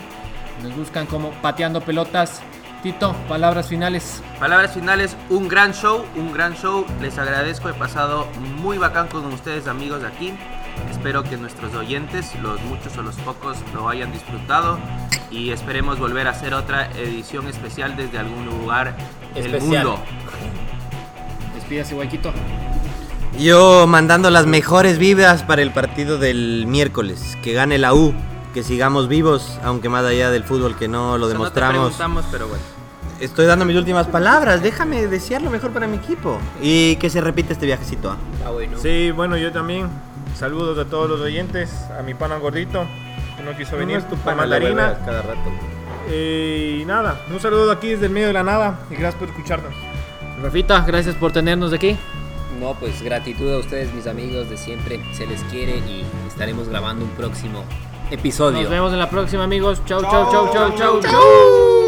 Speaker 1: Nos buscan como Pateando Pelotas. Tito, palabras finales.
Speaker 5: Palabras finales, un gran show, un gran show. Les agradezco, he pasado muy bacán con ustedes amigos de aquí. Espero que nuestros oyentes, los muchos o los pocos, lo hayan disfrutado y esperemos volver a hacer otra edición especial desde algún lugar del
Speaker 2: Especial.
Speaker 5: mundo.
Speaker 1: Despídase, Guayquito.
Speaker 4: Yo mandando las mejores vibras para el partido del miércoles. Que gane la U. Que sigamos vivos, aunque más allá del fútbol que no
Speaker 5: Eso no
Speaker 4: lo
Speaker 5: te
Speaker 4: demostramos.
Speaker 5: preguntamos, pero bueno.
Speaker 4: Estoy dando mis últimas palabras. Déjame desear lo mejor para mi equipo. Y que se repita este viajecito. ¿ah?
Speaker 2: Está bueno.
Speaker 3: Sí, bueno, yo también. Saludos a todos los oyentes, a mi pana gordito, que no quiso venir, a mandarina.
Speaker 4: Cada rato.
Speaker 3: Eh, y nada, un saludo aquí desde el medio de la nada y gracias por escucharnos.
Speaker 1: Rafita, gracias por tenernos aquí.
Speaker 2: No, pues gratitud a ustedes, mis amigos de siempre. Se les quiere y estaremos grabando un próximo episodio.
Speaker 1: Nos vemos en la próxima, amigos. Chau, chau, chau, chau, chau, chau.
Speaker 3: chau.